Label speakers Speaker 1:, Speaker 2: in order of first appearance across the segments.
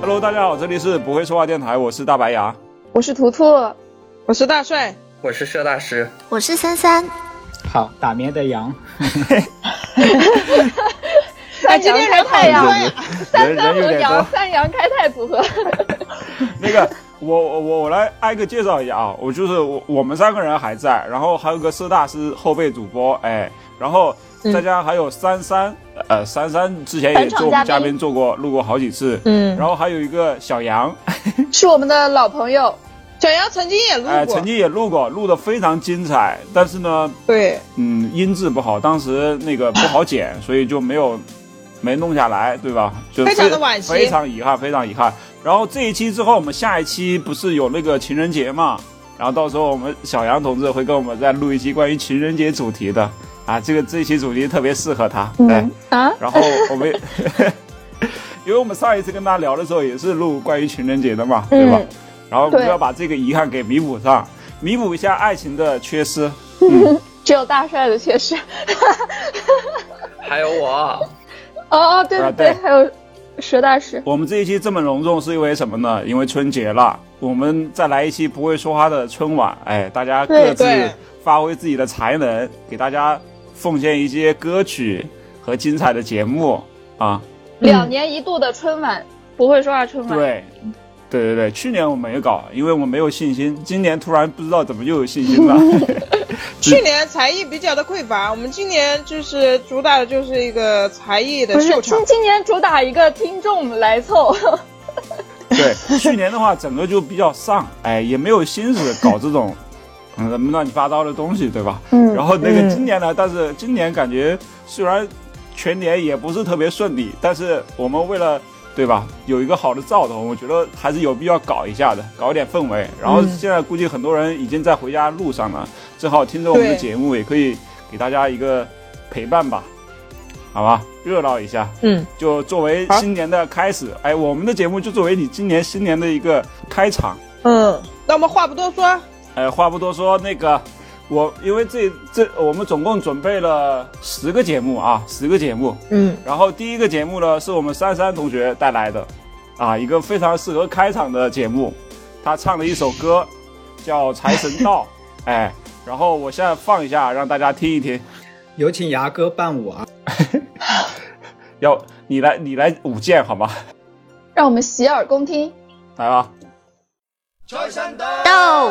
Speaker 1: Hello，大家好，这里是不会说话电台，我是大白牙。
Speaker 2: 我是图图，
Speaker 3: 我是大帅，
Speaker 4: 我是佘大师，
Speaker 5: 我是三三，
Speaker 6: 好，打绵的羊，
Speaker 2: 三
Speaker 3: 今天
Speaker 2: 阳开
Speaker 3: 人
Speaker 2: 泰
Speaker 3: 好
Speaker 2: 阳，
Speaker 1: 人
Speaker 2: 三
Speaker 1: 人
Speaker 2: 三
Speaker 1: 有
Speaker 2: 和
Speaker 1: 点多
Speaker 2: 阳，。三阳开泰不 和。
Speaker 1: 那个， 我我我我来挨个介绍一下啊，我就是我我们三个人还在，然后还有个佘大师后备主播，哎，然后
Speaker 5: 嗯
Speaker 1: 再加上还有三三，呃，三三之前也
Speaker 5: 本场
Speaker 1: 做我们
Speaker 5: 嘉
Speaker 1: 嘉
Speaker 5: 宾
Speaker 1: 宾做过，录过好几次，
Speaker 3: 嗯，
Speaker 1: 然后还有一个小杨，
Speaker 2: 是我们的老朋友，
Speaker 3: 小杨曾经也录
Speaker 1: 哎，
Speaker 3: 过
Speaker 1: 曾，经也录过，录的非常精彩，但是呢，
Speaker 3: 对，
Speaker 1: 嗯，音质不好，当时那个不好剪，所以就没有没弄下来，对吧？就
Speaker 3: 非常的惋惜
Speaker 1: 非常遗憾，非常遗憾。然后这一期之后，我们下一期不是有那个情人节嘛？然后到时候我们小杨同志会跟我们再录一期关于情人节主题的啊，这个这一期主题特别适合他，对。
Speaker 2: 啊，
Speaker 1: 然后我们，因为我们上一次跟他聊的时候也是录关于情人节的嘛，对吧
Speaker 2: 嗯？
Speaker 1: 然后我们
Speaker 2: 对
Speaker 1: 要把这个遗憾给弥补上，弥补一下爱情的缺失。
Speaker 2: 嗯
Speaker 1: 嗯
Speaker 2: 只有大帅的缺失。
Speaker 4: 还有我，
Speaker 2: 哦哦，对
Speaker 1: 啊
Speaker 2: 对对，
Speaker 1: 对
Speaker 2: 还有佘大师，
Speaker 1: 我们这一期这么隆重是因为什么呢？因为春节了，我们再来一期不会说话的春晚，哎，大家各
Speaker 2: 对
Speaker 1: 自
Speaker 3: 对
Speaker 1: 发挥自己的才能，给大家奉献一些歌曲和精彩的节目啊。
Speaker 2: 两年一度的春晚，不会说话春晚。
Speaker 1: 对，对对对，去年我没搞，因为我没有信心，今年突然不知道怎么又有信心了。
Speaker 3: 去年才艺比较的匮乏，我们今年就是主打的就是一个才艺的
Speaker 2: 不是
Speaker 3: 秀场
Speaker 2: 今，今年主打一个听众来凑，
Speaker 1: 对，去年的话整个就比较 丧，哎，也没有心思搞这种嗯乱七八糟的东西，对吧？嗯。然后那个今年呢，但是今年感觉虽然全年也不是特别顺利，但是我们为了对吧有一个好的兆头，我觉得还是有必要搞一下的，搞一点氛围。然后现在估计很多人已经在回家路上了，正好听着我们的
Speaker 3: 对
Speaker 1: 节目，也可以给大家一个陪伴吧，好吧，热闹一下。
Speaker 3: 嗯，
Speaker 1: 就作为
Speaker 3: 好
Speaker 1: 新年的开始，哎，我们的节目就作为你今年新年的一个开场。
Speaker 3: 嗯，那我们话不多说，
Speaker 1: 哎，话不多说，那个我因为这这我们总共准备了十个节目啊，十个节目。
Speaker 3: 嗯，
Speaker 1: 然后第一个节目呢是我们珊珊同学带来的，啊，一个非常适合开场的节目，她唱了一首歌叫《财神 到》，哎，然后我现在放一下让大家听一听。
Speaker 6: 有请牙哥伴我啊！
Speaker 1: 要你来，你来舞剑好吗？
Speaker 2: 让我们洗耳恭听。
Speaker 1: 来吧。
Speaker 5: 到。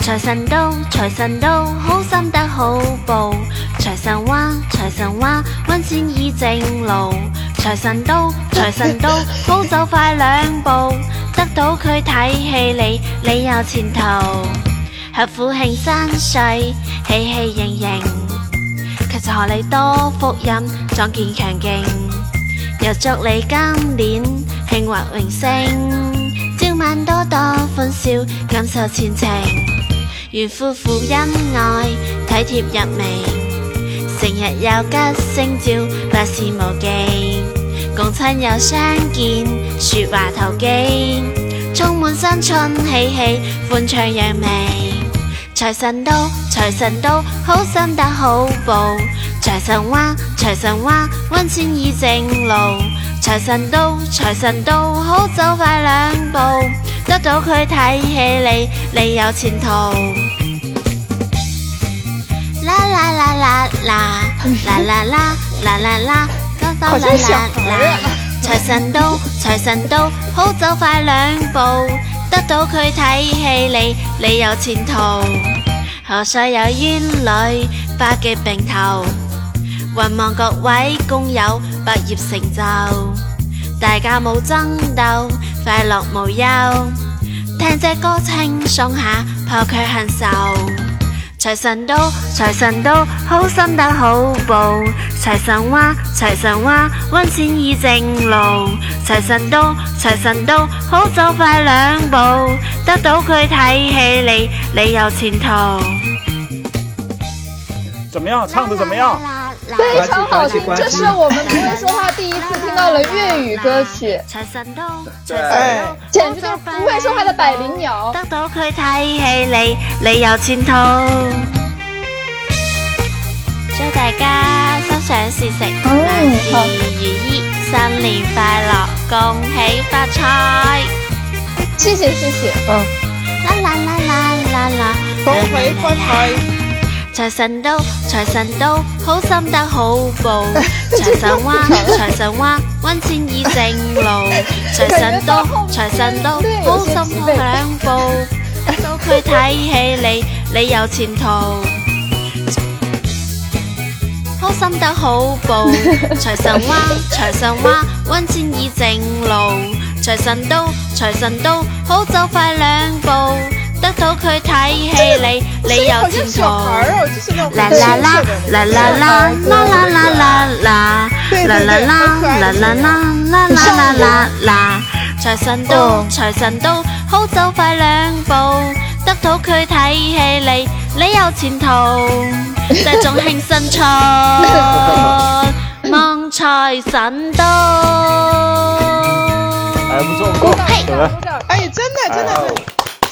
Speaker 5: 財神到，財神到，好心得好報。財神話，財神話，温錢已正路。財神到，財神到，高走快兩步，得到佢睇起你，你有前途。合府慶山勢，喜氣盈盈。其實賀你多福荫，壯健強勁。又祝你今年慶華榮升，朝晚多多歡笑，感受前程。願夫婦恩愛，體貼入微，成日有吉星照，百事無忌。共親友相見，説話投機，充滿新春喜氣，歡暢揚眉。財神到，財神到，好心打好報。財神話，財神話，温錢已正路。財神到，財神到，好走快兩步，得到佢睇起你，你有前途。啦啦啦啦啦啦啦啦啦啦啦，高高啦啦啦。財神到，財神到，好走快兩步，得到佢睇起你，你有前途。河水有煙裏，百極並頭。雲望各位工友，百業成就。大家冇爭鬥，快樂無憂。聽只歌輕鬆下，破卻恨愁。財神到，財神到，好心得好報。財神話，財神話，温錢已正路。財神到，財神到，好走快兩步，得到佢睇起你，你有前途。
Speaker 1: 怎么样？唱的怎么样？
Speaker 5: 啦？啦啦啦
Speaker 2: 非常好
Speaker 6: 呱
Speaker 2: 听，
Speaker 6: 唧呱唧
Speaker 2: 这是我们不会说话第一次听到了粤语歌曲，哎
Speaker 5: 財神到，
Speaker 4: 对
Speaker 5: 財神到，
Speaker 2: 简直就是不会说话的百灵鸟。
Speaker 5: 得到佢睇起你，你有前途。財祝大家心想事成，
Speaker 2: 嗯
Speaker 5: 萬事
Speaker 2: 好
Speaker 5: 如意，新年快樂，恭喜發財！
Speaker 2: 谢谢谢谢，嗯，
Speaker 5: 啦啦啦啦啦啦，
Speaker 3: 哦恭喜发财，
Speaker 5: 財神到，財神到，好心得好 報，財神話，財神話，揾錢以正路，財神到，財神到，好心好兩報，得到佢睇起你，你有前途。好心得好報，財神 話，財神話，揾錢以正路，財神到，財神到，好走快兩步，得到佢睇起你，你有
Speaker 3: 好
Speaker 5: 前
Speaker 3: 像
Speaker 5: 途。
Speaker 3: 小孩儿哦，就是那种
Speaker 5: 啦
Speaker 3: 很青
Speaker 5: 啦啦
Speaker 3: 涩的那种
Speaker 5: 啦啦啦啦啦啦啦啦啦啦啦啦啦啦啦啦啦啦！財神到，財神到，好走快兩步，得到佢睇起你，你有前途，就仲慶新春，望財神到。
Speaker 1: 哎，
Speaker 7: À,
Speaker 1: 不错不错，对吧？
Speaker 3: 哎，真
Speaker 5: Dạ,
Speaker 3: 的真的
Speaker 1: 哎
Speaker 3: 很，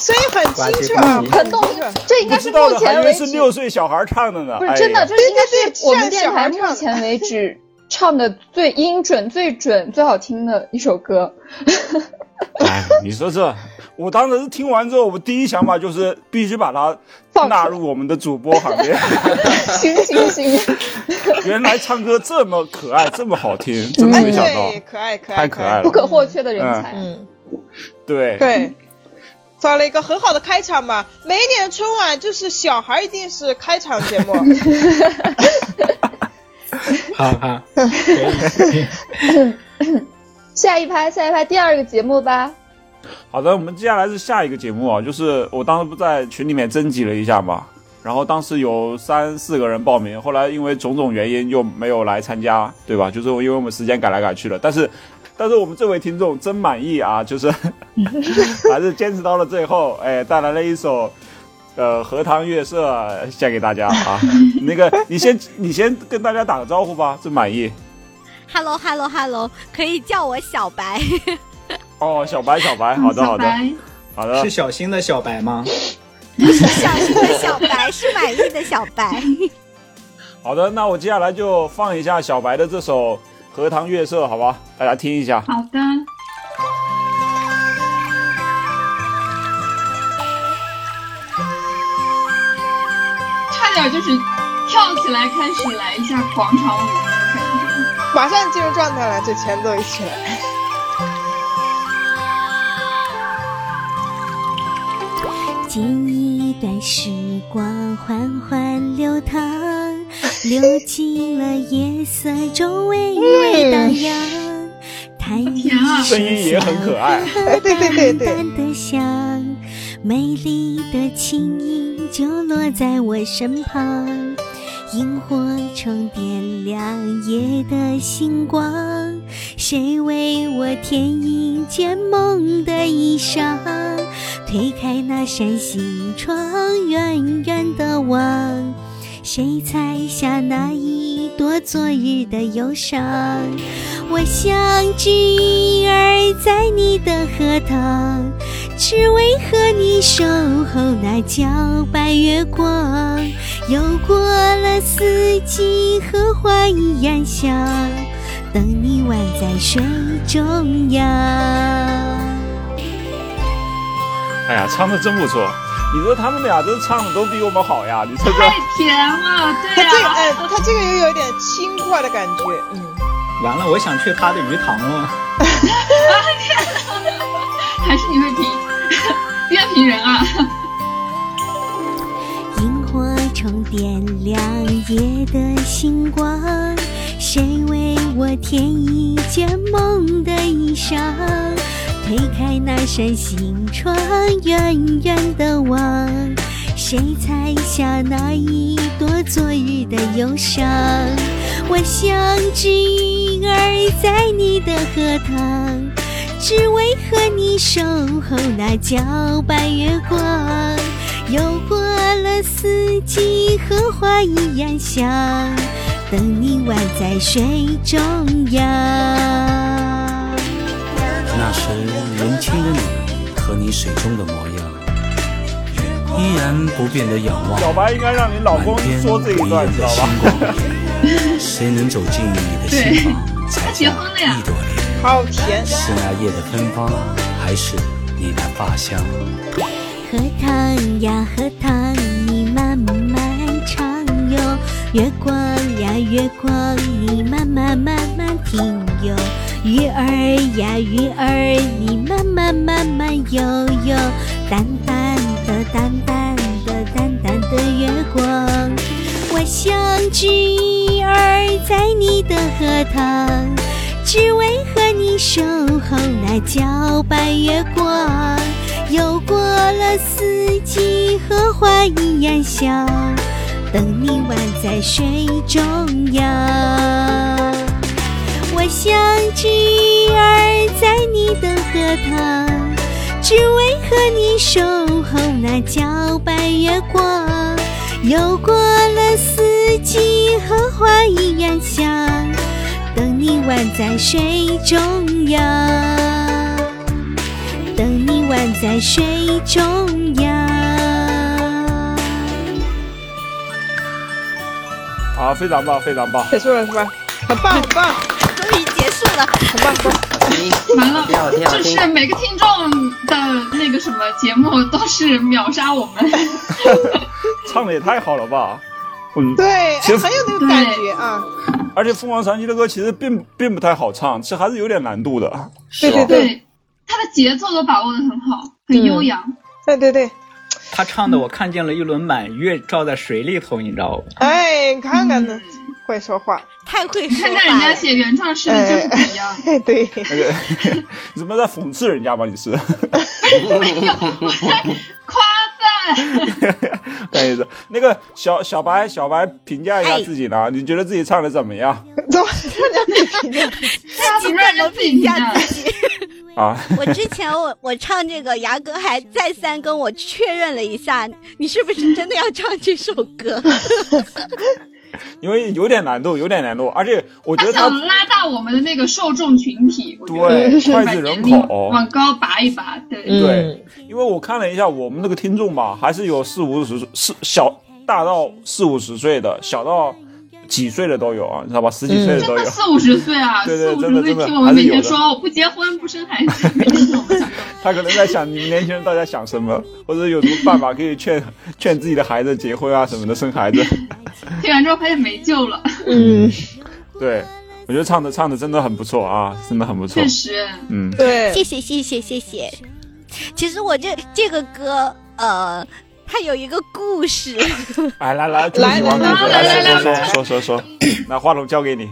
Speaker 3: 声音很清澈，
Speaker 6: 呱唧呱唧
Speaker 2: 很动人，这应该
Speaker 1: 不
Speaker 2: 是
Speaker 1: 知道
Speaker 2: 目
Speaker 1: 的还
Speaker 2: 前
Speaker 1: 以为
Speaker 2: 为
Speaker 1: 是
Speaker 2: 止，
Speaker 1: 六岁小孩唱的呢。
Speaker 2: 不是
Speaker 1: 哎
Speaker 2: 真的，
Speaker 1: 呀
Speaker 2: 这应该
Speaker 3: 对对
Speaker 2: 是
Speaker 3: 对
Speaker 2: 我们
Speaker 3: 是
Speaker 2: 电台
Speaker 3: 小孩唱
Speaker 2: 目
Speaker 3: 的
Speaker 2: 前为止唱的最音准、最准、最好听的一 首歌。
Speaker 1: 哎，你说这，我当时听完之后，我第一想法就是必须把它
Speaker 2: 放出来
Speaker 1: 纳入我们的主播行 列。
Speaker 2: 行行行，
Speaker 1: 原来唱歌这么可爱，这么好听，真没想到
Speaker 3: 对，，可爱可爱，
Speaker 1: 太可爱
Speaker 2: 不
Speaker 1: 了。
Speaker 2: 可或缺的人才。
Speaker 3: 嗯，
Speaker 1: 对，
Speaker 3: 对。找了一个很好的开场嘛，每一年春晚就是小孩一定是开场节目，
Speaker 7: À,
Speaker 6: 好好，
Speaker 2: 下一趴，下一趴，第二个节目吧。
Speaker 1: 好的，我们接下来是下一个节目啊，就是我当时不在群里面征集了一下嘛，然后当时有三四个人报名，后来因为种种原因就没有来参加，对吧？就是因为我们时间改来改去了，但是。但是我们这位听众真满意啊，就是 还是坚持到了最后，哎，带来了一首呃荷塘月色献给大家啊。那个，你先你先跟大家打个招呼吧，真满意
Speaker 8: Hello Hello Hello，可以叫我小白。
Speaker 1: 哦，小白小白， 好的好的好的，
Speaker 6: 是小新的小白吗？
Speaker 8: 小新的小白是满意的小 白。
Speaker 1: 好的，那我接下来就放一下小白的这首《荷塘月色》，好吧，大家听一下。
Speaker 7: 好的， 差点就是跳起来开始来一下广场舞那种感觉。
Speaker 3: 马上进入状态了，这前奏一起来，
Speaker 8: 经一段时光缓缓流淌，流进了夜色中微微荡漾。弹一
Speaker 1: 嗯啊声音也很可爱，
Speaker 3: 哎，对对对对，
Speaker 8: 淡的香，美丽的轻音就落在我身旁，萤火虫点亮夜的星光，谁为我添一件梦的衣裳？推开那扇心窗，远远的望。谁采下那一朵昨日的忧伤？我像只鱼儿在你的荷塘，只为和你守候那皎白月光。又过了四季，荷花依然香，等你宛在水中央。
Speaker 1: 哎呀，唱的真不错。你说他们俩这唱的都比我们好呀，你这
Speaker 7: 太
Speaker 1: 个
Speaker 7: 甜了，
Speaker 2: 啊
Speaker 7: 对
Speaker 3: 他这个
Speaker 7: 呀、
Speaker 3: 哎，他这个又有点轻快的感觉，嗯，
Speaker 6: 完了，我想去他的鱼塘了。
Speaker 7: 还是你会评，乐评人啊，
Speaker 8: 萤火虫点亮夜的星光，谁为我添一件梦的衣裳？推开那扇心窗，远远的望，谁采下那一朵昨日的忧伤？我像只鱼儿在你的荷塘，只为和你守候那皎白月光。又过了四季，荷花依然香，等你宛在水中央。
Speaker 9: 那时年轻的你和你水中的模样，
Speaker 6: 依然不变的仰望，
Speaker 1: 小白应该让你老公
Speaker 6: 满天
Speaker 1: 说这一段，你
Speaker 6: 迷
Speaker 1: 知
Speaker 6: 人的
Speaker 1: 道
Speaker 3: 哎
Speaker 6: 星
Speaker 1: 吧？
Speaker 6: 光，谁能走进你的
Speaker 2: 对
Speaker 6: 心房，采
Speaker 2: 结
Speaker 6: 下
Speaker 2: 婚了呀
Speaker 6: 一朵莲？
Speaker 3: 好甜。
Speaker 6: 是那夜的芬芳，还是你的发香？
Speaker 10: 荷塘呀，荷塘，你慢慢唱哟；月光呀，月光，你慢慢慢慢听哟；鱼儿呀，鱼儿，你慢慢慢慢游哟；淡淡的，淡淡的，淡淡的月光。我像只儿在你的荷塘，只为和你守候那皎白月光。又过了四季，荷花依然香，等你宛在水中央。我像只儿在你的荷塘，只为和你守候那皎白月光。又过了四季，荷花依然香，等你宛在水中央，等你宛在水中央。
Speaker 1: 啊，非常棒，非常棒。
Speaker 3: 结束了是吧？很棒，很棒，
Speaker 10: 终于结束了，
Speaker 3: 很棒，很棒。
Speaker 2: 完了
Speaker 7: 挺好，
Speaker 1: 哎
Speaker 7: 挺好
Speaker 2: 就
Speaker 7: 听
Speaker 2: 是每个听众的那个什么节目都是秒杀我们，
Speaker 1: 唱的也太好了吧！嗯，
Speaker 3: 对，哎，
Speaker 1: 其实
Speaker 3: 很有那个感觉啊。
Speaker 1: 而且凤凰传奇的歌其实并并不太好唱，这还是有点难度的。
Speaker 7: 是吧？
Speaker 2: 对，他的节奏都把握的很好，很悠扬。
Speaker 3: 嗯对对对，
Speaker 11: 他唱的我看见了一轮满月照在水里头，你知道吧？
Speaker 3: 哎，你看看呢
Speaker 2: 嗯，
Speaker 3: 会说话。
Speaker 10: 太会
Speaker 2: 你
Speaker 10: 说
Speaker 2: 看看
Speaker 10: 话
Speaker 2: 人家
Speaker 10: 了。
Speaker 2: 写原创诗的就是不一样，
Speaker 3: 哎，对，
Speaker 1: 那个， 你怎么在讽刺人家吧？你 是，
Speaker 2: 夸赞。
Speaker 1: 干意思。那个小小白，小白评价一下
Speaker 10: 哎
Speaker 1: 自己呢？你觉得自己唱的怎么样
Speaker 3: 怎么让人家评价？
Speaker 2: 他不让人自己干，
Speaker 1: 啊？
Speaker 10: 我之前我我唱这个，牙哥还再三跟我确认了一下，你是不是真的要唱这首歌？
Speaker 1: 因为有点难度，有点难度，而且我觉得
Speaker 2: 啊他
Speaker 1: 他
Speaker 2: 想嗯拉大我们的那个受众群体，我觉得
Speaker 1: 对
Speaker 2: 把
Speaker 1: 脍炙
Speaker 2: 年
Speaker 1: 人
Speaker 2: 龄
Speaker 1: 口，
Speaker 2: 往高拔一拔，对，
Speaker 1: 对，因为我看了一下我们这个听众吧，还是有四五十岁，四小大到四五十岁的，小到几岁的都有啊，你知道吧？十几岁的
Speaker 2: 真
Speaker 1: 都有
Speaker 2: 的。嗯四五十岁啊，
Speaker 1: 对
Speaker 2: 四
Speaker 1: 对
Speaker 2: 五
Speaker 1: 真的
Speaker 2: 十岁
Speaker 1: 真的
Speaker 2: 听我们每
Speaker 1: 还
Speaker 2: 天
Speaker 1: 是有的
Speaker 2: 说哦我不结婚不生孩子， 每天听我们讲
Speaker 1: 他可能在想，你们年轻人到底在想什么，或者有什么办法可以劝劝自己的孩子结婚啊什么的，生孩子。
Speaker 2: 听完之后发现没救了，
Speaker 3: 嗯，
Speaker 1: 对，我觉得唱的唱的真的很不错啊，真的很不错
Speaker 2: 确。实，
Speaker 1: 嗯，
Speaker 3: 对，
Speaker 10: 谢谢谢谢谢谢。其实我这这个歌，呃，它有一个故事。
Speaker 1: 哎，来来，祝
Speaker 3: 来
Speaker 1: 你王
Speaker 3: 来
Speaker 1: 同学，
Speaker 2: 来来
Speaker 1: 来
Speaker 2: 来
Speaker 1: 说
Speaker 2: 来
Speaker 1: 说说说说，那话筒交给你。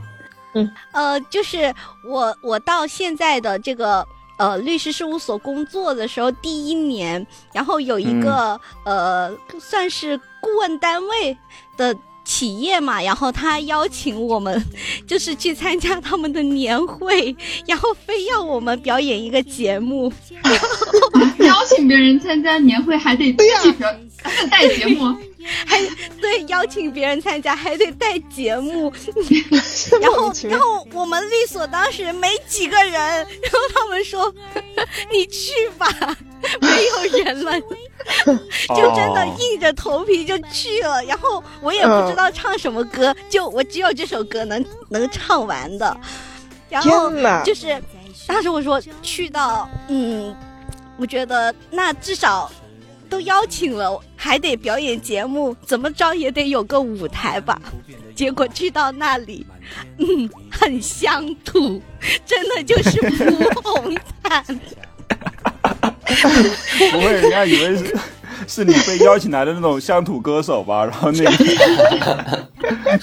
Speaker 10: 呃，就是我我到现在的这个呃律师事务所工作的时候，第一年，然后有一个、呃算是顾问单位的企业嘛，然后他邀请我们就是去参加他们的年会，然后非要我们表演一个节目，
Speaker 2: 邀请别人参加年会还得自己表带节目，
Speaker 10: 还对邀请别人参加，还得带节 目，然
Speaker 3: 莫
Speaker 10: 后
Speaker 3: 名，其
Speaker 10: 然
Speaker 3: 妙。
Speaker 10: 后我们律所当时没几个人，然后他们说：“ 你去吧，没有人了。”就真的
Speaker 1: 哦
Speaker 10: 硬着头皮就去了。然后我也不知道唱什么歌，就我只有这首歌能能唱完的。然后
Speaker 3: 天哪
Speaker 10: 就是当时我说去到嗯，我觉得那至少都邀请了，还得表演节目，怎么着也得有个舞台吧。结果去到那里，嗯，很乡土，真的就是 铺红毯。
Speaker 1: 不会，人家以为是是你被邀请来的那种乡土歌手吧？然后那个，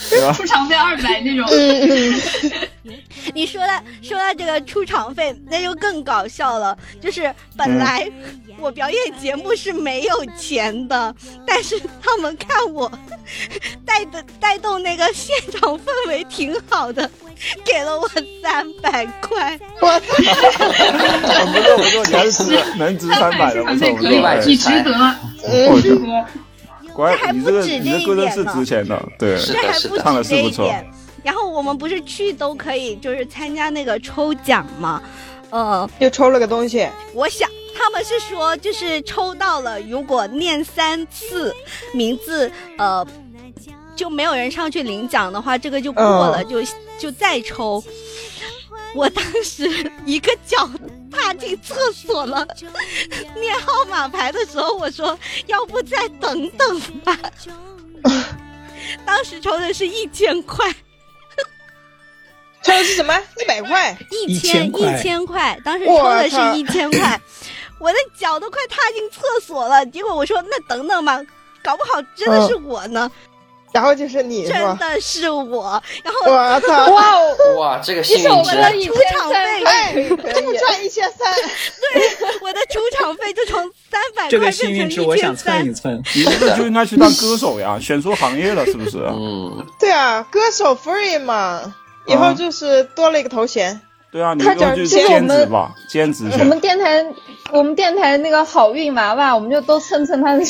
Speaker 1: 对吧？
Speaker 2: 出场费二百那种，
Speaker 10: 你说到说到这个出场费，那就更搞笑了。就是本来我表演节目是没有钱的，但是他们看我 带的带动那个现场氛围挺好的，给了我三百块。
Speaker 1: 不错不错，你还是值能值三百的，不错
Speaker 2: 场费
Speaker 1: 不
Speaker 2: 可以
Speaker 1: 错。
Speaker 7: 吧
Speaker 1: 哎
Speaker 2: 你值得，
Speaker 1: 我
Speaker 2: 值得。
Speaker 1: 果
Speaker 10: 这还
Speaker 1: 然你
Speaker 10: 不
Speaker 1: 这个
Speaker 10: 止
Speaker 1: 你
Speaker 10: 这
Speaker 1: 这
Speaker 10: 一
Speaker 1: 歌真
Speaker 10: 点
Speaker 1: 是
Speaker 10: 呢
Speaker 1: 值钱
Speaker 4: 嗯
Speaker 1: 的，对，
Speaker 7: 是
Speaker 10: 这还
Speaker 7: 的，是
Speaker 10: 不
Speaker 7: 的，
Speaker 1: 唱得
Speaker 10: 止
Speaker 1: 是
Speaker 10: 这
Speaker 1: 不
Speaker 10: 一
Speaker 1: 错
Speaker 10: 点。然后我们不是去都可以，就是参加那个抽奖嘛，呃，
Speaker 3: 又抽了个东西，
Speaker 10: 我想他他们是说，就是抽到了，如果念三次名字，呃，就没有人上去领奖的话，这个就过了，
Speaker 3: 嗯
Speaker 10: 就就再抽。我当时一个脚踏进厕所了，念号码牌的时候，我说要不再等等吧。当时抽的是一千块，
Speaker 3: 抽的是什么？一百块，
Speaker 10: 一千
Speaker 6: 1000块
Speaker 10: 一千块，当时抽的是
Speaker 3: 我靠
Speaker 10: 一千 块，我的脚都快踏进厕所了。结果我说那等等吧，搞不好真的是我呢，
Speaker 3: 然后就是你是
Speaker 10: 真
Speaker 3: 吧？
Speaker 10: 的是我。然后
Speaker 3: 我操！
Speaker 2: 哇哦，
Speaker 4: 哇，这个
Speaker 2: 你
Speaker 4: 幸
Speaker 2: 守
Speaker 4: 运
Speaker 2: 门了
Speaker 4: 值，
Speaker 2: 一千
Speaker 10: 场
Speaker 2: 三
Speaker 3: 哎
Speaker 10: 费
Speaker 2: 百，可以可以。
Speaker 3: 赚一千三，
Speaker 10: 我的出场费就从三百
Speaker 6: 这
Speaker 10: 块
Speaker 6: 个
Speaker 10: 变
Speaker 6: 幸
Speaker 10: 成
Speaker 6: 运值我
Speaker 10: 一
Speaker 6: 想蹭一
Speaker 10: 千三。
Speaker 6: 蹭。
Speaker 1: 你这个就应该去当歌手呀，选出行业了是不是？
Speaker 4: 嗯，
Speaker 3: 对啊，歌手 free 嘛，以后就是多了一个头衔。
Speaker 1: 对啊，你
Speaker 2: 他
Speaker 1: 以后
Speaker 2: 讲
Speaker 1: 就
Speaker 2: 这个我
Speaker 1: 兼职
Speaker 2: 们
Speaker 1: 吧，兼职去
Speaker 2: 我。们电台，我们电台那个好运娃娃，我们就都蹭蹭他的。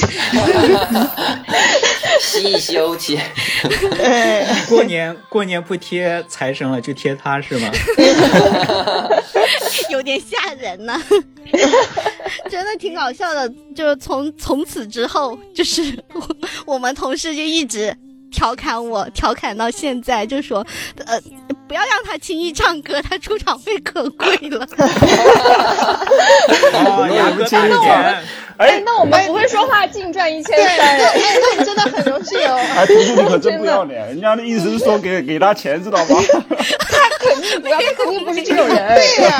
Speaker 4: 吸一吸欧气，
Speaker 3: 哎，
Speaker 6: 过年过年不贴财神了，就贴他是吗？
Speaker 10: 有点吓人呢、 真的挺搞笑的。就是从从此之后，就是我我们同事就一直调侃我，调侃到现在，就说呃不要让他轻易唱歌，他出场费可贵了。
Speaker 6: 哦，
Speaker 7: dạ,
Speaker 6: 牙哥打脸，
Speaker 2: 哎，那我们不会说话净赚一千三
Speaker 3: 哎， 那你真的很荣幸哦，
Speaker 1: 哎，图图你可真不要脸，人家的意思是说给给他钱，知道吗？
Speaker 2: 不要，肯定不是这种人。
Speaker 3: 对呀、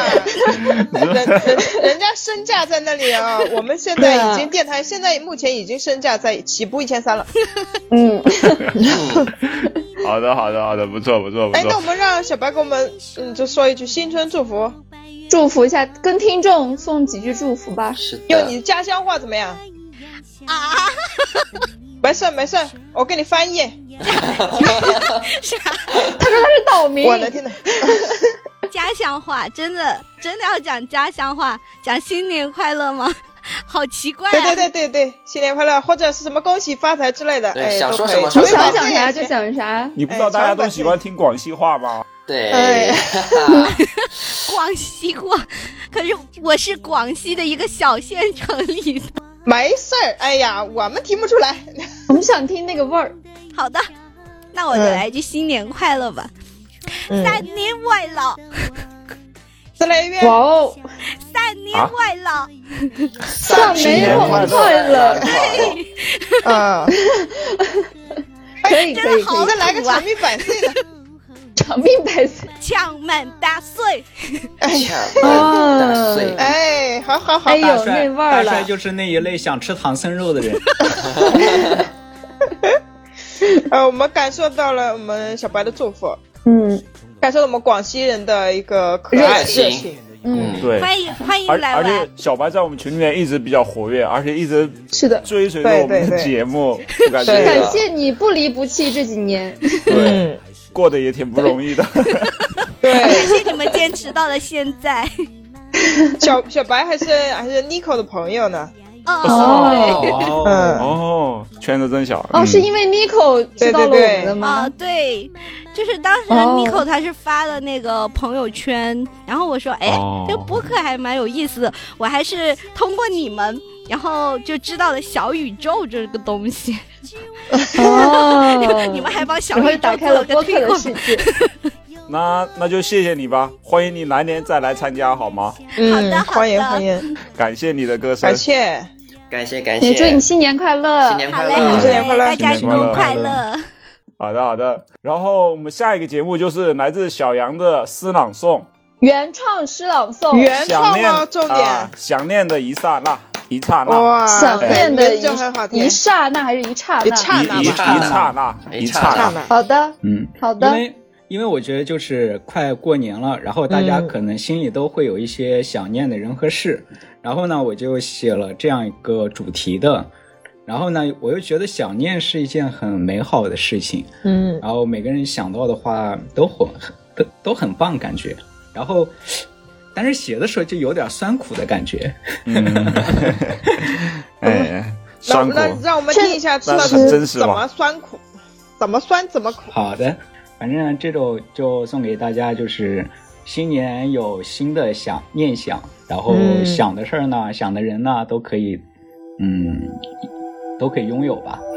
Speaker 3: 人人人家身价在那里啊，我们现在已经电台现在目前已经身价在起步一千三了。
Speaker 2: 嗯，
Speaker 1: 好的，好的，好的，不错，不错，不
Speaker 3: 哎，那
Speaker 1: 错。
Speaker 3: 我们让小白给我们嗯就说一句新春祝福，
Speaker 2: 祝福一下，跟听众送几句祝福吧。
Speaker 4: 是
Speaker 3: 用
Speaker 4: 的，
Speaker 3: 你家乡嗯话怎么样？
Speaker 10: 啊，
Speaker 3: 没事没事，我给你翻译。
Speaker 10: 啥
Speaker 2: 他说他是岛民，
Speaker 3: 我的天呐，
Speaker 10: 家乡话？真的真的要讲家乡话，讲新年快乐吗？好奇怪、啊，
Speaker 3: 对对对对对，新年快乐，或者是什么恭喜发财之类的，
Speaker 4: 对
Speaker 3: 哎，
Speaker 4: 想
Speaker 3: 都
Speaker 4: 说
Speaker 3: 可
Speaker 4: 什
Speaker 3: 以
Speaker 4: 么说
Speaker 2: 你
Speaker 4: 什么
Speaker 2: 想讲啥就。讲啥。
Speaker 1: 你不知道大家都喜欢听广西话吗？
Speaker 4: 对，
Speaker 3: 哎
Speaker 10: 广西话。可是我是广西的一个小县城里的。
Speaker 3: 没事儿，哎呀，我们听不出来。
Speaker 2: 我们想听那个味儿。
Speaker 10: 好的，那我就
Speaker 3: 嗯
Speaker 10: 来句新年快乐吧，
Speaker 2: 嗯
Speaker 10: 三年外老，
Speaker 3: 再来一遍
Speaker 2: 哇，哦，
Speaker 10: 三年外老，
Speaker 2: 上没有快乐，
Speaker 3: 啊，
Speaker 2: 可以可以可
Speaker 10: 好
Speaker 2: 以，
Speaker 3: 再哎来个长命百岁的。
Speaker 2: 长命百岁。
Speaker 10: 强满大岁。
Speaker 4: 抢蛋打碎，
Speaker 3: 哎，好好好，
Speaker 2: 哎呦
Speaker 6: 大帅
Speaker 2: 那味儿
Speaker 6: 大
Speaker 2: 了
Speaker 6: 帅就是那一类想吃唐僧肉的 人。
Speaker 3: 呃，我们感受到了我们小白的祝福，
Speaker 2: 嗯，
Speaker 3: 感受到我们广西人的一个可爱
Speaker 4: 热
Speaker 3: 的
Speaker 4: 情
Speaker 3: 热情。
Speaker 4: 嗯，
Speaker 1: 对，
Speaker 10: 欢迎 欢迎
Speaker 1: 而
Speaker 10: 来
Speaker 1: 而
Speaker 10: 玩
Speaker 1: 且，小白在我们群里面一直比较活跃，而且一直
Speaker 2: 是的。
Speaker 1: 追随着我们的节目，我感
Speaker 3: 对
Speaker 1: 觉
Speaker 2: 感谢你不离不弃这几年，
Speaker 1: 对 过得也挺不容易的。
Speaker 10: 感
Speaker 3: 对，
Speaker 10: 谢你们坚持到了现在。
Speaker 3: 小小白还是还是 Nico 的朋友呢。
Speaker 10: 哦
Speaker 3: 嗯
Speaker 1: 哦，圈子真小
Speaker 2: 哦，是因为 Nico 知道了我们的
Speaker 10: 啊、
Speaker 2: 吗？
Speaker 10: 对，就是当时
Speaker 2: 哦
Speaker 10: Nico 他是发了那个朋友圈，然后我说，哎
Speaker 1: 哦，
Speaker 10: 这个播客还蛮有意思的，我还是通过你们，然后就知道了小宇宙这个东西。
Speaker 2: 哦
Speaker 10: 你们还帮小
Speaker 2: 然后
Speaker 10: 宇
Speaker 2: 就
Speaker 10: 宙
Speaker 2: 打开
Speaker 10: 做
Speaker 2: 了
Speaker 10: 个
Speaker 2: 播客
Speaker 10: 推
Speaker 2: 的
Speaker 10: 广。
Speaker 2: 世界。
Speaker 1: 那那就谢谢你吧，欢迎你来年再来参加好吗？
Speaker 10: 好的
Speaker 3: 嗯，
Speaker 10: 好的
Speaker 3: 欢迎欢迎，
Speaker 1: 感谢你的歌声
Speaker 3: 感，谢。
Speaker 4: 感谢感谢，
Speaker 2: 也祝你新年快乐，
Speaker 4: 新年
Speaker 10: 好
Speaker 4: 快
Speaker 10: 嘞，
Speaker 4: 乐，
Speaker 10: 好
Speaker 3: 新年快
Speaker 10: 嘞，
Speaker 3: 乐
Speaker 10: 大家
Speaker 1: 新年
Speaker 10: 都
Speaker 1: 快
Speaker 10: 快
Speaker 1: 乐
Speaker 10: 乐。
Speaker 1: 好的好的。然后我们下一个节目就是来自小杨的诗朗诵，
Speaker 2: 原创诗朗诵，
Speaker 3: 原
Speaker 1: 想
Speaker 3: 创
Speaker 1: 念
Speaker 3: 吗？重
Speaker 1: 啊
Speaker 3: 点。
Speaker 1: 想念的一刹那，一刹那，哎
Speaker 3: 哇，
Speaker 2: 想念的
Speaker 3: 原唱很好
Speaker 2: 一
Speaker 3: 听
Speaker 2: 一。刹那还是一刹
Speaker 3: 一
Speaker 2: 那？
Speaker 3: 刹那
Speaker 1: 一一一
Speaker 3: 吧，
Speaker 1: 刹那，一
Speaker 4: 一
Speaker 1: 刹
Speaker 4: 刹
Speaker 1: 那
Speaker 4: 那。
Speaker 3: 那。
Speaker 2: 好的，
Speaker 6: 嗯，
Speaker 2: 好
Speaker 6: 因
Speaker 2: 的，
Speaker 6: 为因为我觉得就是快过年了，然后大家可能心里都会有一些想念的人和事，然后呢，我就写了这样一个主题的。然后呢，我又觉得想念是一件很美好的事情，
Speaker 3: 嗯，
Speaker 6: 然后每个人想到的话都很都都很棒感觉，然后但是写的时候就有点酸苦的感觉，
Speaker 7: Ừ.
Speaker 1: 嗯，哎，
Speaker 3: 那
Speaker 1: 酸苦
Speaker 3: 那让我们听一下，知道
Speaker 1: 那很真实吧
Speaker 3: 怎么酸苦，怎么酸怎么苦。
Speaker 6: 好的，反正这首就送给大家，就是新年有新的想念想，然后
Speaker 12: 嗯
Speaker 6: 想的事儿呢，想的人呢，都可以，嗯，都可以拥有吧。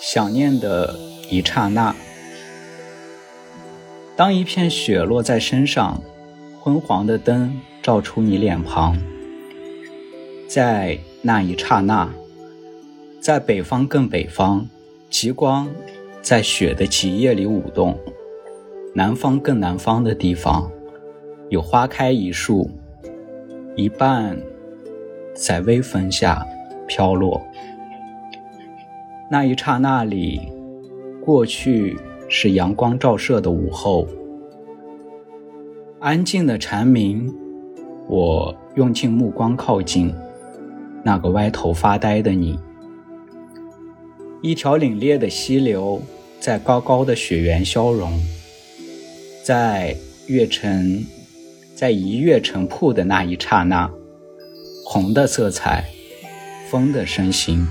Speaker 6: 想念的一刹那，当一片雪落在身上，昏黄的灯照出你脸庞，在那一刹那，在北方更北方，极光在雪的极夜里舞动；南方更南方的地方，有花开一树，一半在微风下飘落。那一刹那里，过去是阳光照射的午后，安静的蝉鸣，我用尽目光靠近那个歪头发呆的你。一条凛冽的溪流在高高的雪原消融，在月城，在一月城铺的那一刹那，红的色彩，风的身形。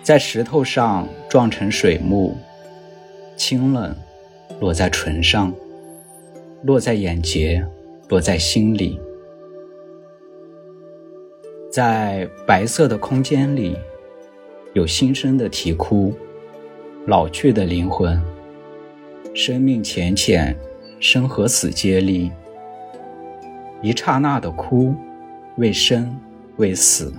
Speaker 6: 在石头上撞成水幕，清冷落在唇上，落在眼睫，落在心里。在白色的空间里，有新生的啼哭，老去的灵魂，生命浅浅，生和死接力。一刹那的哭，为生，为死。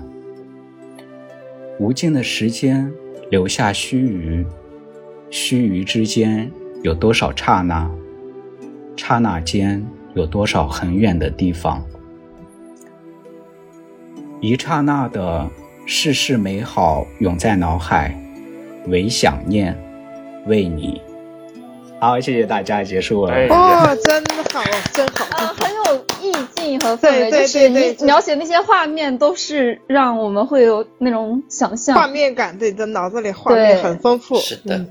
Speaker 6: 无尽的时间留下须臾，须臾之间有多少刹那？刹那间有多少很远的地方？一刹那的世事美好涌在脑海，唯想念，为你。好，谢谢大家，结束
Speaker 2: 哎
Speaker 6: 了。
Speaker 3: 哦，真好，真好，
Speaker 2: 啊很有意境和氛围，
Speaker 3: 对对
Speaker 2: 就是
Speaker 3: 对对
Speaker 2: 你描写那些画面都是让我们会有那种想象，
Speaker 3: 画面感，对，在脑子里画面
Speaker 2: 对
Speaker 3: 很丰富。
Speaker 4: 是的，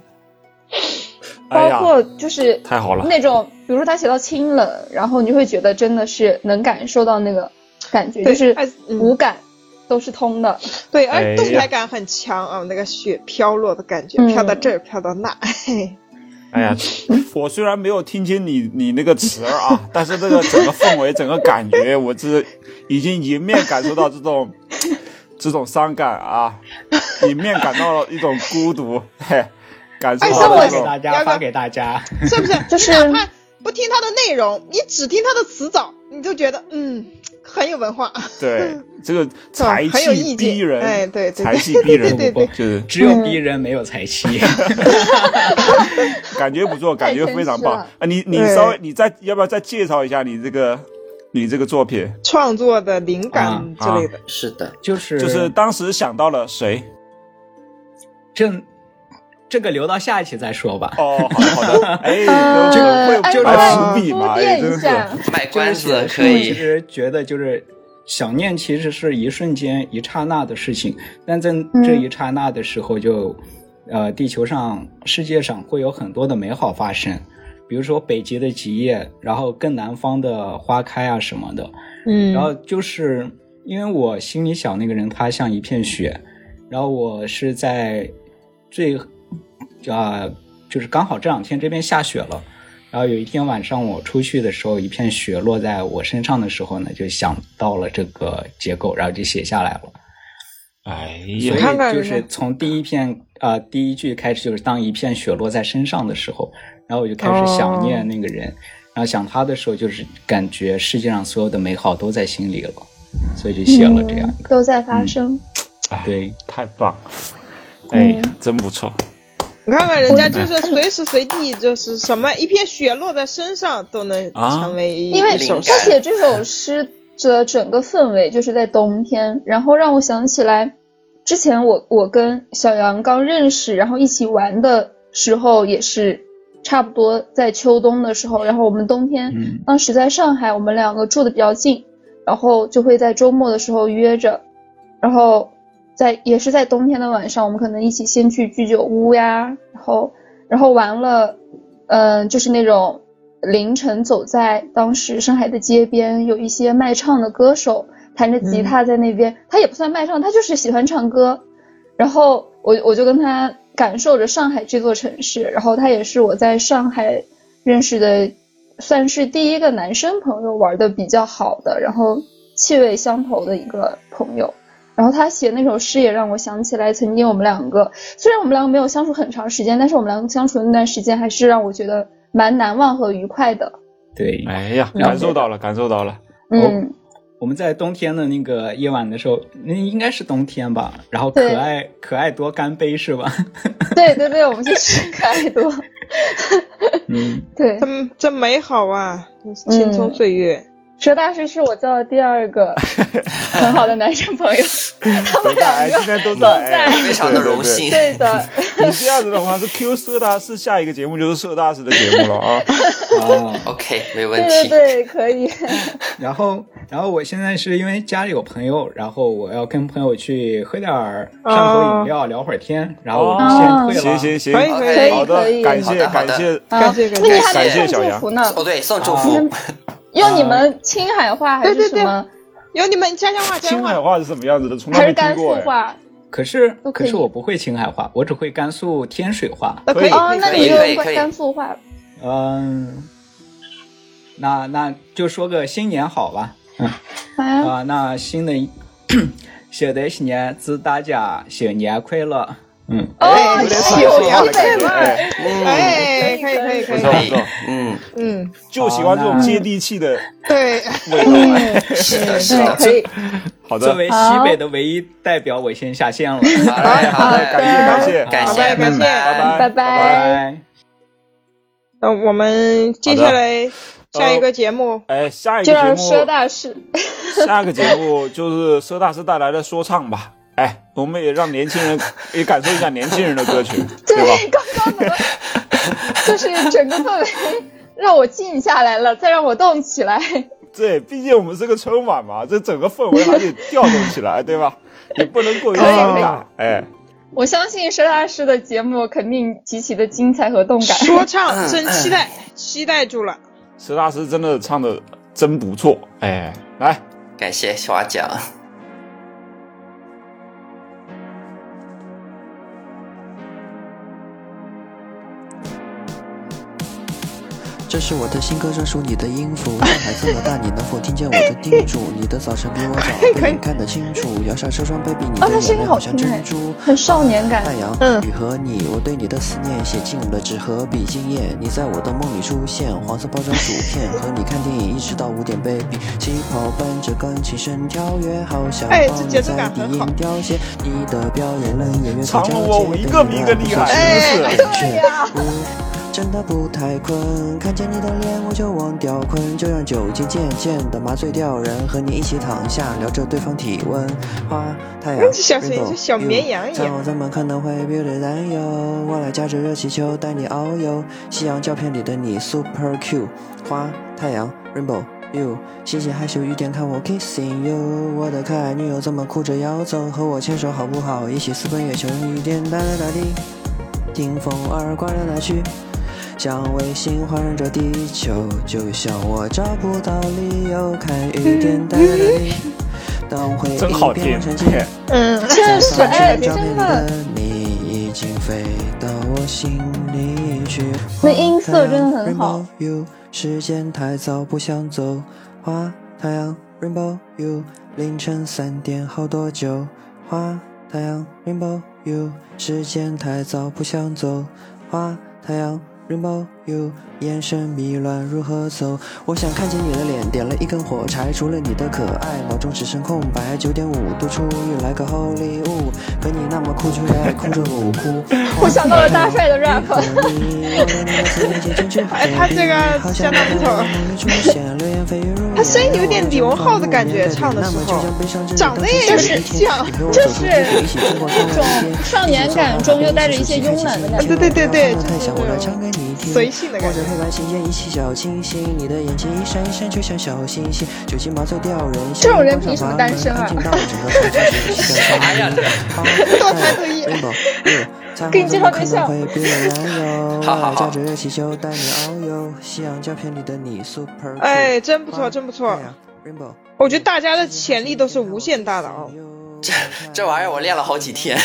Speaker 1: 哎
Speaker 2: 包
Speaker 1: 呀，
Speaker 2: 括就是
Speaker 1: 太好了
Speaker 2: 那种，比如说他写到清冷，然后你会觉得真的是能感受到那个感觉，
Speaker 3: 对
Speaker 2: 就是
Speaker 3: 哎嗯
Speaker 2: 五感都是通的。
Speaker 3: 对，而
Speaker 1: 哎呀
Speaker 3: 动态感很强啊，那个雪飘落的感觉，
Speaker 2: 嗯
Speaker 3: 飘到这儿，飘到那，嘿
Speaker 1: 哎呀，我虽然没有听清你你那个词儿啊，但是这个整个氛围、整个感觉，我是已经迎面感受到这种这种伤感啊，迎面感到了一种孤独，嘿，感受
Speaker 3: 哎
Speaker 1: 到
Speaker 3: 像我
Speaker 1: 了一
Speaker 6: 给
Speaker 1: 种
Speaker 6: 大家发给大家。
Speaker 3: 是不是？
Speaker 2: 就是
Speaker 3: 你哪怕不听它的内容，你只听它的词藻，你就觉得嗯很有文化。
Speaker 1: 对这个才
Speaker 3: 很有
Speaker 1: 气
Speaker 3: 意
Speaker 1: 逼
Speaker 3: 境
Speaker 1: 人，
Speaker 3: 哎对对对
Speaker 1: 才气逼人，
Speaker 3: 对对对嗯
Speaker 1: 就是
Speaker 6: 只有逼人，没有才 气。
Speaker 1: 感觉不错，感觉非常棒
Speaker 2: 太真实了
Speaker 1: 啊！你你
Speaker 3: 对
Speaker 1: 稍微你再要不要再介绍一下你这个你这个作品？
Speaker 3: 创作的灵感之类的。
Speaker 4: 是的，
Speaker 6: 啊就是
Speaker 1: 就是当时想到了谁？
Speaker 6: 这这个留到下一期再说吧。
Speaker 1: 哦，好好 的，哎，就
Speaker 2: 呃，
Speaker 1: 会
Speaker 2: 哎
Speaker 1: 就
Speaker 2: 我
Speaker 1: 埋伏笔嘛，哎，
Speaker 2: 垫
Speaker 1: 真
Speaker 2: 一
Speaker 1: 是
Speaker 2: 下，
Speaker 4: 卖
Speaker 6: 就
Speaker 4: 关
Speaker 6: 是
Speaker 4: 子
Speaker 6: 写
Speaker 4: 可
Speaker 6: 书其
Speaker 4: 以，
Speaker 6: 实觉得就是想念，其实是一瞬间、一刹那的事情，但在
Speaker 2: 嗯
Speaker 6: 这一刹那的时候就，呃，地球上、世界上会有很多的美好发生，比如说北极的极夜，然后更南方的花开啊什么的。
Speaker 12: 嗯
Speaker 6: 然后就是因为我心里想那个人他像一片雪，然后我是在最呃就是刚好这两天这边下雪了，然后有一天晚上我出去的时候，一片雪落在我身上的时候呢，就想到了这个结构，然后就写下来了。
Speaker 1: 哎
Speaker 6: 所
Speaker 1: 呀，
Speaker 3: 看看
Speaker 6: 以就
Speaker 3: 人
Speaker 6: 是
Speaker 3: 家
Speaker 6: 从第一篇呃第一句开始，就是当一片雪落在身上的时候，然后我就开始想
Speaker 2: 哦
Speaker 6: 念那个人，然后想他的时候，就是感觉世界上所有的美好都在心里了，所以就写了这样。
Speaker 2: 嗯都在发生。嗯
Speaker 6: 对，
Speaker 1: 太棒了，
Speaker 3: 嗯
Speaker 1: 哎，真不错，
Speaker 3: 你看看人家就是随时随地就是什么一片雪落在身上都能
Speaker 1: 啊
Speaker 3: 成为一
Speaker 2: 因为
Speaker 3: 一首诗
Speaker 2: 他。写 这首诗的整个氛围就是在冬天，然后让我想起来之前我我跟小杨刚认识，然后一起玩的时候也是差不多在秋冬的时候，然后我们冬天、
Speaker 6: 嗯
Speaker 2: 当时在上海，我们两个住的比较近，然后就会在周末的时候约着，然后在也是在冬天的晚上，我们可能一起先去居酒屋呀，然后然后完了，嗯、就是那种凌晨走在当时上海的街边，有一些卖唱的歌手弹着吉他在那边，他也不算卖唱，他就是喜欢唱歌。然后我我就跟他感受着上海这座城市，然后他也是我在上海认识的，算是第一个男生朋友玩的比较好的，然后气味相投的一个朋友。然后他写那首诗也让我想起来，曾经我们两个虽然我们两个没有相处很长时间，但是我们两个相处的那段时间还是让我觉得蛮难忘和愉快的。
Speaker 6: 对，
Speaker 1: 哎呀，感受到了，感受到了。
Speaker 2: 嗯，
Speaker 3: 哦
Speaker 6: 我们在冬天的那个夜晚的时候，那应该是冬天吧？然后可爱可爱多干杯是吧？
Speaker 2: 对对对，我们就是可爱 多。
Speaker 6: 嗯，
Speaker 2: 对，
Speaker 3: 真真美好啊，青葱岁月。嗯
Speaker 2: 佘嗯大师是我交的第二 个很好的男生朋友， 他们两个
Speaker 1: 今天都
Speaker 2: 在，
Speaker 4: 非常的荣幸。
Speaker 2: 对的，
Speaker 1: 你这样子的话是 Q 佘大师，下一个节目就是佘大师的节目了 啊。
Speaker 6: 啊
Speaker 4: 哦，OK，没问
Speaker 2: 对对
Speaker 4: 题。
Speaker 2: 对，可以。
Speaker 6: 然后，然后我现在是因为家里有朋友，然后我要跟朋友去喝点儿
Speaker 2: 哦
Speaker 6: 上口饮料，聊会儿天，然后我就先退
Speaker 1: 行
Speaker 6: 了。
Speaker 1: 行行，
Speaker 3: 可以
Speaker 2: 可以
Speaker 1: 好
Speaker 2: 可
Speaker 1: 的，
Speaker 2: 以
Speaker 1: 感
Speaker 4: 好
Speaker 1: 谢
Speaker 4: 的好的
Speaker 1: 感谢，
Speaker 2: 啊，
Speaker 3: 谢感
Speaker 2: 那你
Speaker 4: 谢
Speaker 2: 还
Speaker 1: 感谢
Speaker 2: 没送
Speaker 1: 小
Speaker 2: 祝
Speaker 1: 杨
Speaker 2: 福呢，
Speaker 4: 哦，对，送祝福。
Speaker 2: 用你们青海话还
Speaker 3: 对嗯
Speaker 2: 是
Speaker 3: 对
Speaker 2: 什么？
Speaker 3: 有你们家乡话，家乡
Speaker 1: 青海
Speaker 3: 话，
Speaker 1: 话是什么样子的？从来
Speaker 2: 还
Speaker 1: 没
Speaker 2: 是甘
Speaker 1: 听
Speaker 2: 肃
Speaker 1: 过哎。
Speaker 2: 话？
Speaker 6: 可是
Speaker 2: 都可
Speaker 6: 可
Speaker 2: 以
Speaker 6: 是我不会青海话，我只会甘肃天水话。
Speaker 3: 那可以，
Speaker 2: 哦，那
Speaker 3: 可以，
Speaker 2: 你
Speaker 4: 可以
Speaker 2: 用
Speaker 4: 可以
Speaker 2: 甘肃话。
Speaker 6: 嗯，那那就说个新年好吧。嗯。
Speaker 2: 啊，
Speaker 6: 啊、那新的一 新的一年，祝大家新年快乐！嗯，
Speaker 2: 哦，
Speaker 1: 哎有点
Speaker 2: 是
Speaker 1: 陕
Speaker 2: 有
Speaker 1: 西话
Speaker 2: 一
Speaker 1: 的感
Speaker 2: 点
Speaker 1: 觉，哎，
Speaker 4: 嗯，
Speaker 3: 哎，可以，可以，可
Speaker 1: 不
Speaker 3: 以
Speaker 1: 错，
Speaker 4: 可
Speaker 1: 不
Speaker 4: 以
Speaker 1: 错，
Speaker 4: 嗯，
Speaker 3: 嗯，
Speaker 1: 就喜欢这种接地气的
Speaker 3: 对，
Speaker 1: 味道。
Speaker 4: 是的，是
Speaker 2: 对，
Speaker 4: 的。
Speaker 2: 可以。
Speaker 1: 好
Speaker 6: 作
Speaker 1: 的，
Speaker 6: 为西北的唯一代表，我先下线了，哎
Speaker 4: 好嘞，好嘞，
Speaker 1: 感谢感
Speaker 4: 感
Speaker 3: 好
Speaker 4: 谢，
Speaker 3: 拜拜，
Speaker 1: 拜
Speaker 3: 拜。
Speaker 1: 拜
Speaker 2: 拜
Speaker 6: 拜拜。
Speaker 3: 那我们接下来
Speaker 1: 好的
Speaker 3: 下一个节目，
Speaker 1: 哎，下一
Speaker 2: 就
Speaker 1: 个节
Speaker 2: 让佘
Speaker 1: 目，
Speaker 2: 大师，
Speaker 1: 下个节目就是佘大师带来的说唱吧。哎，我们也让年轻人也感受一下年轻人的歌曲，对吧？
Speaker 2: 刚刚怎么就是整个氛围让我静下来了，再让我动起来。
Speaker 1: 对，毕竟我们是个春晚嘛，这整个氛围还得调动起来，对吧？也不能过于尴尬。哎，
Speaker 2: 我相信佘大师的节目肯定极其的精彩和动感。
Speaker 3: 说唱，真期待，期待住了。
Speaker 1: 佘大师真的唱的真不错。哎，来，
Speaker 4: 感谢小花奖。
Speaker 12: 这是我的新歌，专属你的音符。上海这么大，你能否听见我的叮嘱？你的早晨比我早，被你看得清楚。摇下车窗，baby，你
Speaker 3: 哦
Speaker 2: 啊他
Speaker 12: 的
Speaker 2: 声
Speaker 12: 眼泪
Speaker 2: 音好
Speaker 12: 好
Speaker 2: 听
Speaker 12: 像珍
Speaker 2: 哎
Speaker 3: 嗯
Speaker 12: 珠。
Speaker 2: 很少年感
Speaker 12: 太阳、雨和你，我对你的思念写进了纸和笔。今夜你在我的梦里出现，黄色包装薯片，和你看电影一直到五点，baby。旗 袍伴着钢琴声跳跃，好想
Speaker 3: 哎
Speaker 12: 抱
Speaker 3: 这
Speaker 12: 你
Speaker 3: 节奏
Speaker 12: 在
Speaker 3: 感
Speaker 12: 鼻
Speaker 3: 很
Speaker 12: 音
Speaker 3: 好
Speaker 12: 凋谢。你的表演让演员
Speaker 1: 长龙我一个比一个厉害
Speaker 3: 哎
Speaker 1: 真是
Speaker 12: 对呀、真的不太困，看见你的脸我就忘掉困，就让酒精渐渐的麻醉掉人，和你一起躺下聊着对方体温，花太 阳，
Speaker 3: 这小谁这小绵羊一样
Speaker 12: 彩虹怎么可能会 b e 男友？我来驾着热气球带你遨游，夕阳照片里的你 super cute，花太阳 rainbow。you，谢谢害羞雨点看我 kissing you，我的可爱女友怎么哭着要走？和我牵手好不好？一起私奔月球雨点哒哒哒滴。听风儿刮来来去，像卫星环绕着地球，就像我找不到理由看雨点带来的你。当回
Speaker 1: 真好
Speaker 12: 忆
Speaker 1: 听
Speaker 12: 变为。神奇，
Speaker 1: 嘿
Speaker 3: 嗯，
Speaker 2: 真是哎，
Speaker 12: 照
Speaker 2: 真
Speaker 12: 片里
Speaker 2: 的
Speaker 12: 的，你已经飞到我心里去。
Speaker 2: 那音色真的很好。
Speaker 12: You，时间太早不想走。花太阳 Rainbow You，凌晨三点好多久？花太阳 Rainbow You，时间太早不想走。花太阳 Rainbow You，眼神迷乱如何走？我想看见你的脸，点了一根火柴，除了你的可爱，脑中只剩空白。九点五度出狱，来个 Holy 雾，和你那么酷，居然空着舞哭。
Speaker 2: 我想到了大帅的 rap。
Speaker 12: 哎
Speaker 3: 他这个相当不错。
Speaker 12: 他声音有点李荣浩的感觉，唱的时候，长得也有点像，就是
Speaker 2: 那种少年感中又带着一些慵懒的感觉
Speaker 12: 对对对对，
Speaker 3: 随性的感觉
Speaker 12: 握着黑白琴键一起小清新，你的眼睛一闪一闪就像小星星，酒精麻醉掉人。
Speaker 2: 这种人凭什么单身啊
Speaker 12: 啥
Speaker 4: 呀这
Speaker 12: 多才
Speaker 3: 多艺
Speaker 2: 给你介绍对象
Speaker 4: 好好好
Speaker 12: 驾着热气球带你遨游，夕阳照片里的你 super。
Speaker 3: 哎真不错真不错。
Speaker 12: Rainbow，
Speaker 3: 我觉得大家的潜力都是无限大的啊、
Speaker 12: 哦。
Speaker 4: 这这玩意儿我练了好几天，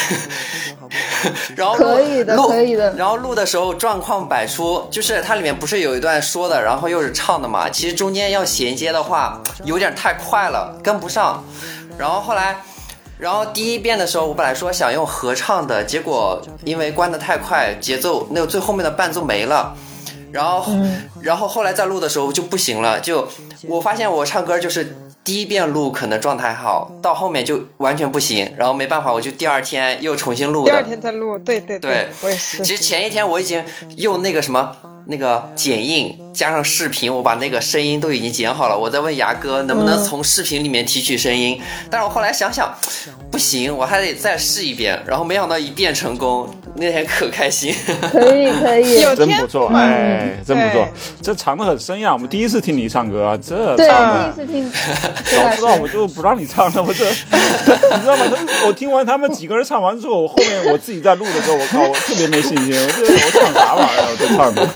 Speaker 4: 然后
Speaker 2: 可以的
Speaker 4: 录
Speaker 2: 可以的
Speaker 4: 然后录的时候状况百出，就是它里面不是有一段说的，然后又是唱的嘛，其实中间要衔接的话有点太快了，跟不上。然后后来，然后第一遍的时候，我本来说想用合唱的，结果因为关的太快，节奏那个最后面的伴奏没了。然后，然后后来再录的时候就不行了，就我发现我唱歌就是第一遍录可能状态好，到后面就完全不行，然后没办法，我就第二天又重新录
Speaker 3: 第二
Speaker 4: 的。
Speaker 3: 天再录，对对
Speaker 4: 对，
Speaker 3: 我也是。
Speaker 4: 其实前一天我已经用那个什么那个剪映加上视频，我把那个声音都已经剪好了。我在问牙哥能不能
Speaker 3: 嗯
Speaker 4: 从视频里面提取声音，但是我后来想想，不行，我还得再试一遍。然后没想到一遍成功，那天可开心。
Speaker 2: 可以可以，
Speaker 1: 真不错，
Speaker 4: 啊
Speaker 1: 哎，真不错
Speaker 2: 对，
Speaker 1: 这藏的很深呀。我们第一次听你唱歌，啊这
Speaker 2: 对，
Speaker 1: 藏
Speaker 2: 第一
Speaker 1: 的，
Speaker 4: 嗯
Speaker 2: 次听，
Speaker 1: 早知道我就不让你唱了，我这， 你知道吗？他我听完他们几个人唱完之后，我后面我自己在录的时候，我靠，我特别没信心，我这我唱啥玩意儿？我这唱的，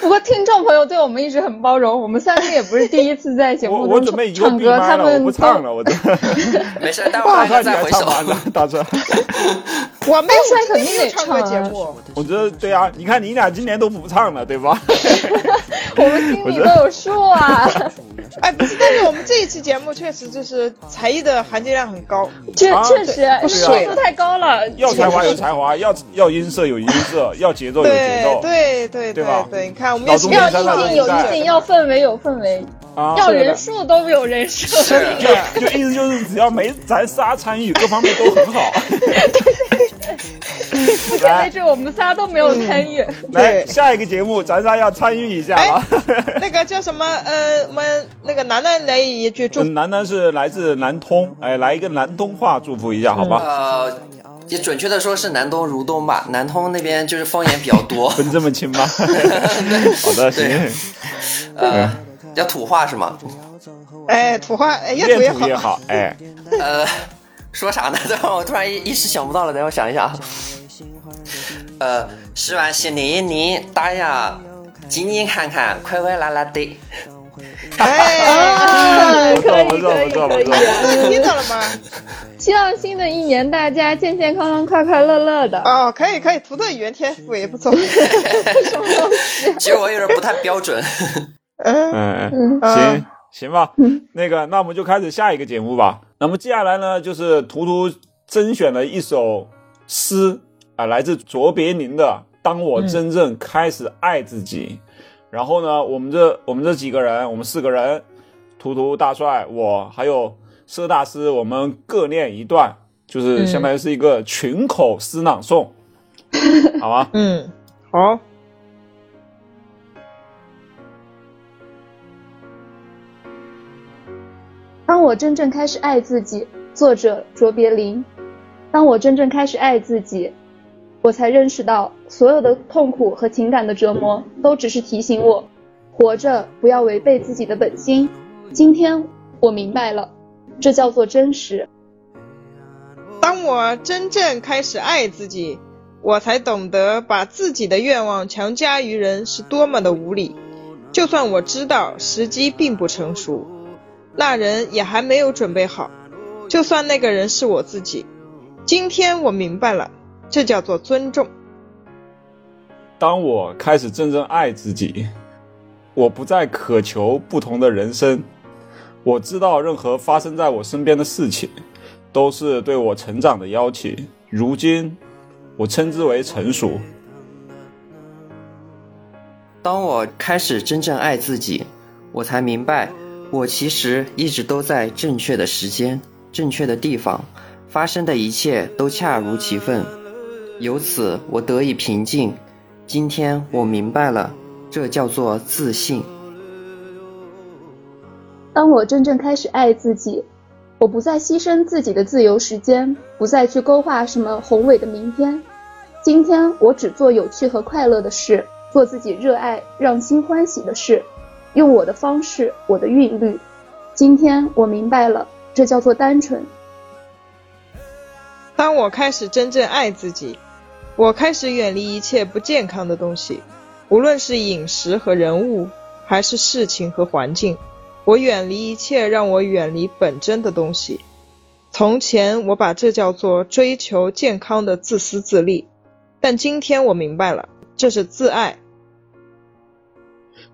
Speaker 2: 不过听众朋友对我们一直很包容，我们三个也不是第一次在节目
Speaker 1: 我
Speaker 2: 中
Speaker 1: 我准备以后
Speaker 2: 唱
Speaker 1: 闭
Speaker 2: 歌，
Speaker 1: 麦
Speaker 2: 他
Speaker 1: 了，我
Speaker 2: 们
Speaker 1: 不
Speaker 2: 都
Speaker 1: 唱了，我这。
Speaker 4: 没事，
Speaker 1: 大
Speaker 4: 待会儿还能
Speaker 1: 你
Speaker 4: 再
Speaker 1: 还
Speaker 4: 回首
Speaker 1: 唱。完了，大 川。
Speaker 3: 我们
Speaker 2: 帅肯定
Speaker 3: 没
Speaker 2: 得
Speaker 3: 有唱过节
Speaker 2: 啊
Speaker 3: 目，
Speaker 1: 我觉得对啊，你看你俩今年都不唱了，对吧？
Speaker 2: 我们心里都有数啊。
Speaker 3: 哎，不是，但是我们这一期节目确实就是才艺的含金量很高，
Speaker 2: 确
Speaker 1: 啊
Speaker 2: 确实
Speaker 3: 不，
Speaker 2: 你
Speaker 3: 是
Speaker 2: 要求太高了。
Speaker 1: 要才华有才华，要要音色有音色，要节奏有节
Speaker 3: 对
Speaker 1: 奏，
Speaker 3: 对对
Speaker 1: 对吧
Speaker 3: 对，你看我们
Speaker 1: 老
Speaker 3: 也
Speaker 1: 中
Speaker 3: 是
Speaker 1: 年三
Speaker 2: 要意
Speaker 1: 大
Speaker 2: 境有意境，要氛围有氛围，
Speaker 1: 啊，
Speaker 2: 要人数都有人数。
Speaker 1: 就就意思就是，只要没咱仨参与，各方面都很好。
Speaker 2: 目前为止，我们仨都没有参与。
Speaker 3: 嗯
Speaker 1: 来，下一个节目咱仨要参与一下啊。
Speaker 3: 那个叫什么呃，我们那个楠楠来哎一句祝
Speaker 1: 嗯楠楠是来自南通，哎，来一个南通话祝福一下，好吧？
Speaker 4: 呃，也准确的说是南东如东吧，南通那边就是方言比较多。
Speaker 1: 分这么清 吗？好的，行。嗯
Speaker 4: 呃，要土话是吗？
Speaker 3: 哎土话，哎 越
Speaker 1: 越土
Speaker 3: 好，
Speaker 1: 越 好，哎，
Speaker 4: 呃，说啥呢？ 等会儿我突然一一时想不到了，等我想一想啊。呃，是吧？是你你大呀，今天看看，快快来来 的。
Speaker 2: 啊
Speaker 3: 哎，
Speaker 1: 不错不错不错不错。
Speaker 3: 那听到了吗？
Speaker 2: 希望新的一年大家健健康康、快快乐乐的。
Speaker 3: 哦，可以可以，图特语言天赋也不错。
Speaker 4: 其实我有点不太标准。
Speaker 1: 嗯，嗯，行行吧，那个，那我们就开始下一个节目吧。那么接下来呢，就是图图甄选了一首诗啊、来自卓别林的《当我真正开始爱自己》。然后呢，我们这我们这几个人，我们四个人，图图大帅，我还有佘大师，我们各念一段，就是
Speaker 3: 嗯
Speaker 1: 相当于是一个群口诗朗诵，好吗？
Speaker 3: 嗯，好。
Speaker 2: 当我真正开始爱自己，作者卓别林。当我真正开始爱自己，我才认识到所有的痛苦和情感的折磨都只是提醒我，活着不要违背自己的本心。今天我明白了，这叫做真实。
Speaker 3: 当我真正开始爱自己，我才懂得把自己的愿望强加于人是多么的无理。就算我知道时机并不成熟，那人也还没有准备好。就算那个人是我自己，今天我明白了，这叫做尊重。
Speaker 1: 当我开始真正爱自己，我不再渴求不同的人生。我知道任何发生在我身边的事情，都是对我成长的邀请。如今，我称之为成熟。
Speaker 4: 当我开始真正爱自己，我才明白，我其实一直都在正确的时间、正确的地方，发生的一切都恰如其分。由此，我得以平静。今天我明白了，这叫做自信。
Speaker 2: 当我真正开始爱自己，我不再牺牲自己的自由时间，不再去勾画什么宏伟的明天。今天我只做有趣和快乐的事，做自己热爱、让心欢喜的事，用我的方式，我的韵律。今天我明白了，这叫做单纯。
Speaker 3: 当我开始真正爱自己，我开始远离一切不健康的东西，无论是饮食和人物，还是事情和环境，我远离一切让我远离本真的东西。从前我把这叫做追求健康的自私自利，但今天我明白了，这是自爱。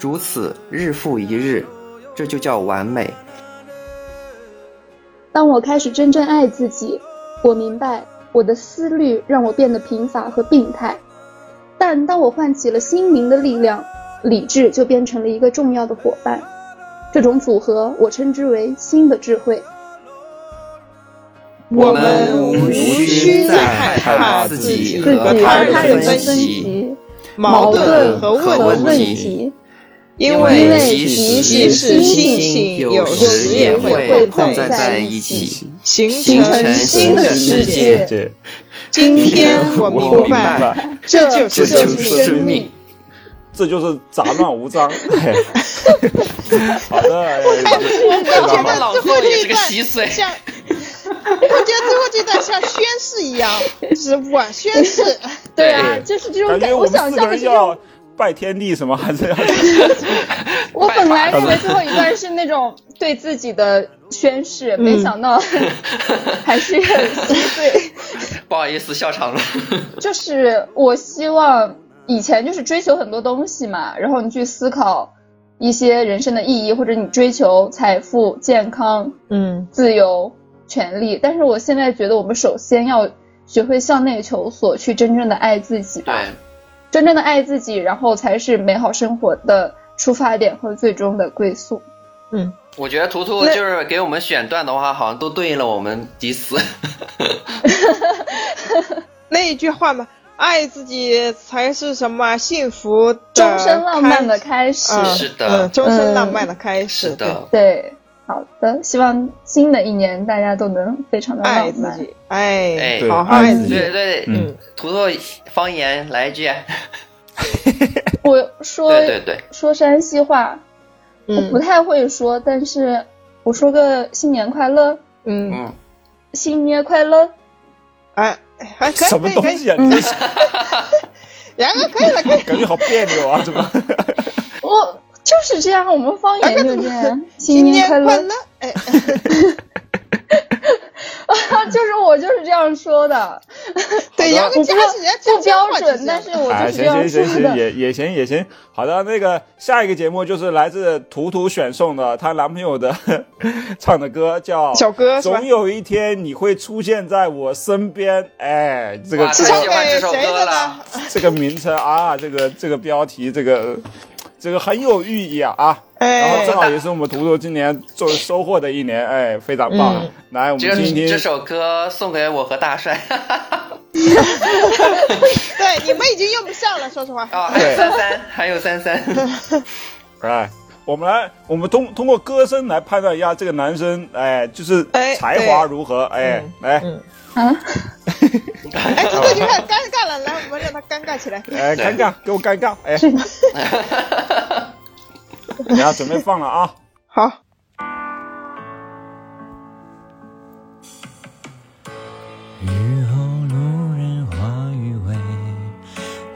Speaker 4: 如此日复一日，这就叫完美。
Speaker 2: 当我开始真正爱自己，我明白我的思虑让我变得贫乏和病态，但当我唤起了心灵的力量，理智就变成了一个重要的伙伴。这种组合，我称之为新的智慧。
Speaker 4: 我们无需再害怕自己和他人分
Speaker 2: 析
Speaker 3: 矛盾
Speaker 4: 和
Speaker 3: 问
Speaker 4: 题，
Speaker 3: 因
Speaker 4: 为
Speaker 3: 即
Speaker 4: 使
Speaker 3: 是
Speaker 4: 星
Speaker 3: 星，
Speaker 4: 有时也会碰撞在一起，
Speaker 3: 形
Speaker 4: 成
Speaker 3: 新
Speaker 4: 的
Speaker 3: 世
Speaker 4: 界。
Speaker 3: 今天
Speaker 1: 我
Speaker 3: 我明
Speaker 1: 明白
Speaker 3: 白，
Speaker 1: 了，
Speaker 3: 这就
Speaker 1: 这
Speaker 3: 是生
Speaker 1: 就是
Speaker 3: 命。
Speaker 1: 生命，这就是杂乱无章。哎 好的，哎
Speaker 3: 我
Speaker 1: 非常
Speaker 3: 觉
Speaker 1: 好
Speaker 3: 得最后这一段
Speaker 4: 水
Speaker 3: 像，我觉得最后这段像宣誓一样，直播啊宣誓。
Speaker 2: 对啊，就是这种
Speaker 1: 感
Speaker 2: 感，
Speaker 1: 觉
Speaker 2: 我
Speaker 1: 我们
Speaker 2: 想
Speaker 1: 四个
Speaker 2: 象的
Speaker 1: 人
Speaker 2: 是这种
Speaker 1: 要拜天地什么，还是要
Speaker 2: 我本来以为最后一段是那种对自己的宣誓，没想到还是 对，
Speaker 4: 不好意思，笑场了。
Speaker 2: 就是我希望以前就是追求很多东西嘛，然后你去思考一些人生的意义，或者你追求财富、健康、
Speaker 3: 嗯
Speaker 2: 自由、权利。但是我现在觉得，我们首先要学会向内求索，去真正的爱自己吧。真正的爱自己，然后才是美好生活的出发点和最终的归宿。
Speaker 3: 嗯，
Speaker 4: 我觉得图图就是给我们选段的话，好像都对应了我们迪斯。
Speaker 3: 那一句话嘛，爱自己才是什么啊幸福的
Speaker 2: 终身浪漫的
Speaker 3: 开
Speaker 2: 开始。
Speaker 3: 嗯
Speaker 4: 是的嗯
Speaker 3: 嗯，终身浪漫的开始。
Speaker 4: 是的，
Speaker 2: 对，好的，希望新的一年大家都能非常的
Speaker 3: 对，爱
Speaker 2: 浪
Speaker 3: 自
Speaker 2: 漫。
Speaker 3: 己，哎
Speaker 4: 哎，
Speaker 3: 好好爱自己。
Speaker 4: 对对，
Speaker 1: 嗯，
Speaker 4: 图图方言来一句。
Speaker 2: 我说
Speaker 4: 对对对，
Speaker 2: 说山西话，我
Speaker 3: 嗯
Speaker 2: 不太会说，但是我说个新年快乐，
Speaker 3: 嗯，
Speaker 4: 嗯，
Speaker 2: 新年 快乐。
Speaker 3: 哎，还可以，
Speaker 1: 什么东西啊？
Speaker 3: 可以
Speaker 1: 你
Speaker 3: 可
Speaker 1: 这
Speaker 3: 以然后可以了，可以。
Speaker 1: 感觉好别扭啊，怎么？
Speaker 2: 我就是这样，我们方言就这样。 新
Speaker 3: 新年
Speaker 2: 年快乐
Speaker 3: 快乐，哎，哎
Speaker 2: 就是我就是这样说的，
Speaker 3: 对，然后
Speaker 2: 我不
Speaker 3: 加
Speaker 2: 知道
Speaker 3: 起来
Speaker 2: 不标准，但是我
Speaker 1: 哎，
Speaker 2: 就是这
Speaker 1: 行行
Speaker 2: 样说
Speaker 1: 行行，
Speaker 2: 的。
Speaker 1: 也也行也行。好的，那个下一个节目就是来自图图选送的她男朋友的 唱的歌，叫
Speaker 3: 小哥是吧
Speaker 1: 总有一天你会出现在我身边。哎，这个
Speaker 4: 哇
Speaker 1: 这
Speaker 4: 太
Speaker 1: 个
Speaker 4: 喜
Speaker 3: 送
Speaker 4: 欢这
Speaker 3: 给
Speaker 4: 首
Speaker 3: 谁
Speaker 4: 歌
Speaker 3: 的
Speaker 4: 了
Speaker 3: 呢？
Speaker 1: 这个名称啊，这个这个标题，这个这个很有寓意啊啊。然后
Speaker 3: 哎
Speaker 1: 正，好也是我们图图今年做收获的一年，哎，非常棒。
Speaker 3: 嗯
Speaker 1: 来，我
Speaker 4: 这
Speaker 1: 们听一听
Speaker 4: 这首歌送给我和大帅。
Speaker 3: 对，你们已经用不上了，说实话。
Speaker 4: 啊，还有三三， 还有三三。
Speaker 1: 哎，我们来，我们通通过歌声来判断一下这个男生，哎，就是
Speaker 3: 哎
Speaker 1: 才华如何，哎，来，
Speaker 3: 嗯
Speaker 2: 啊，
Speaker 3: 哎，这个就有点尴尬了，来，我们让他尴尬起来。
Speaker 1: 哎，尴尬，给我尴尬，哎， 你要准备放了啊，
Speaker 3: 好，
Speaker 9: 雨后路人花雨微，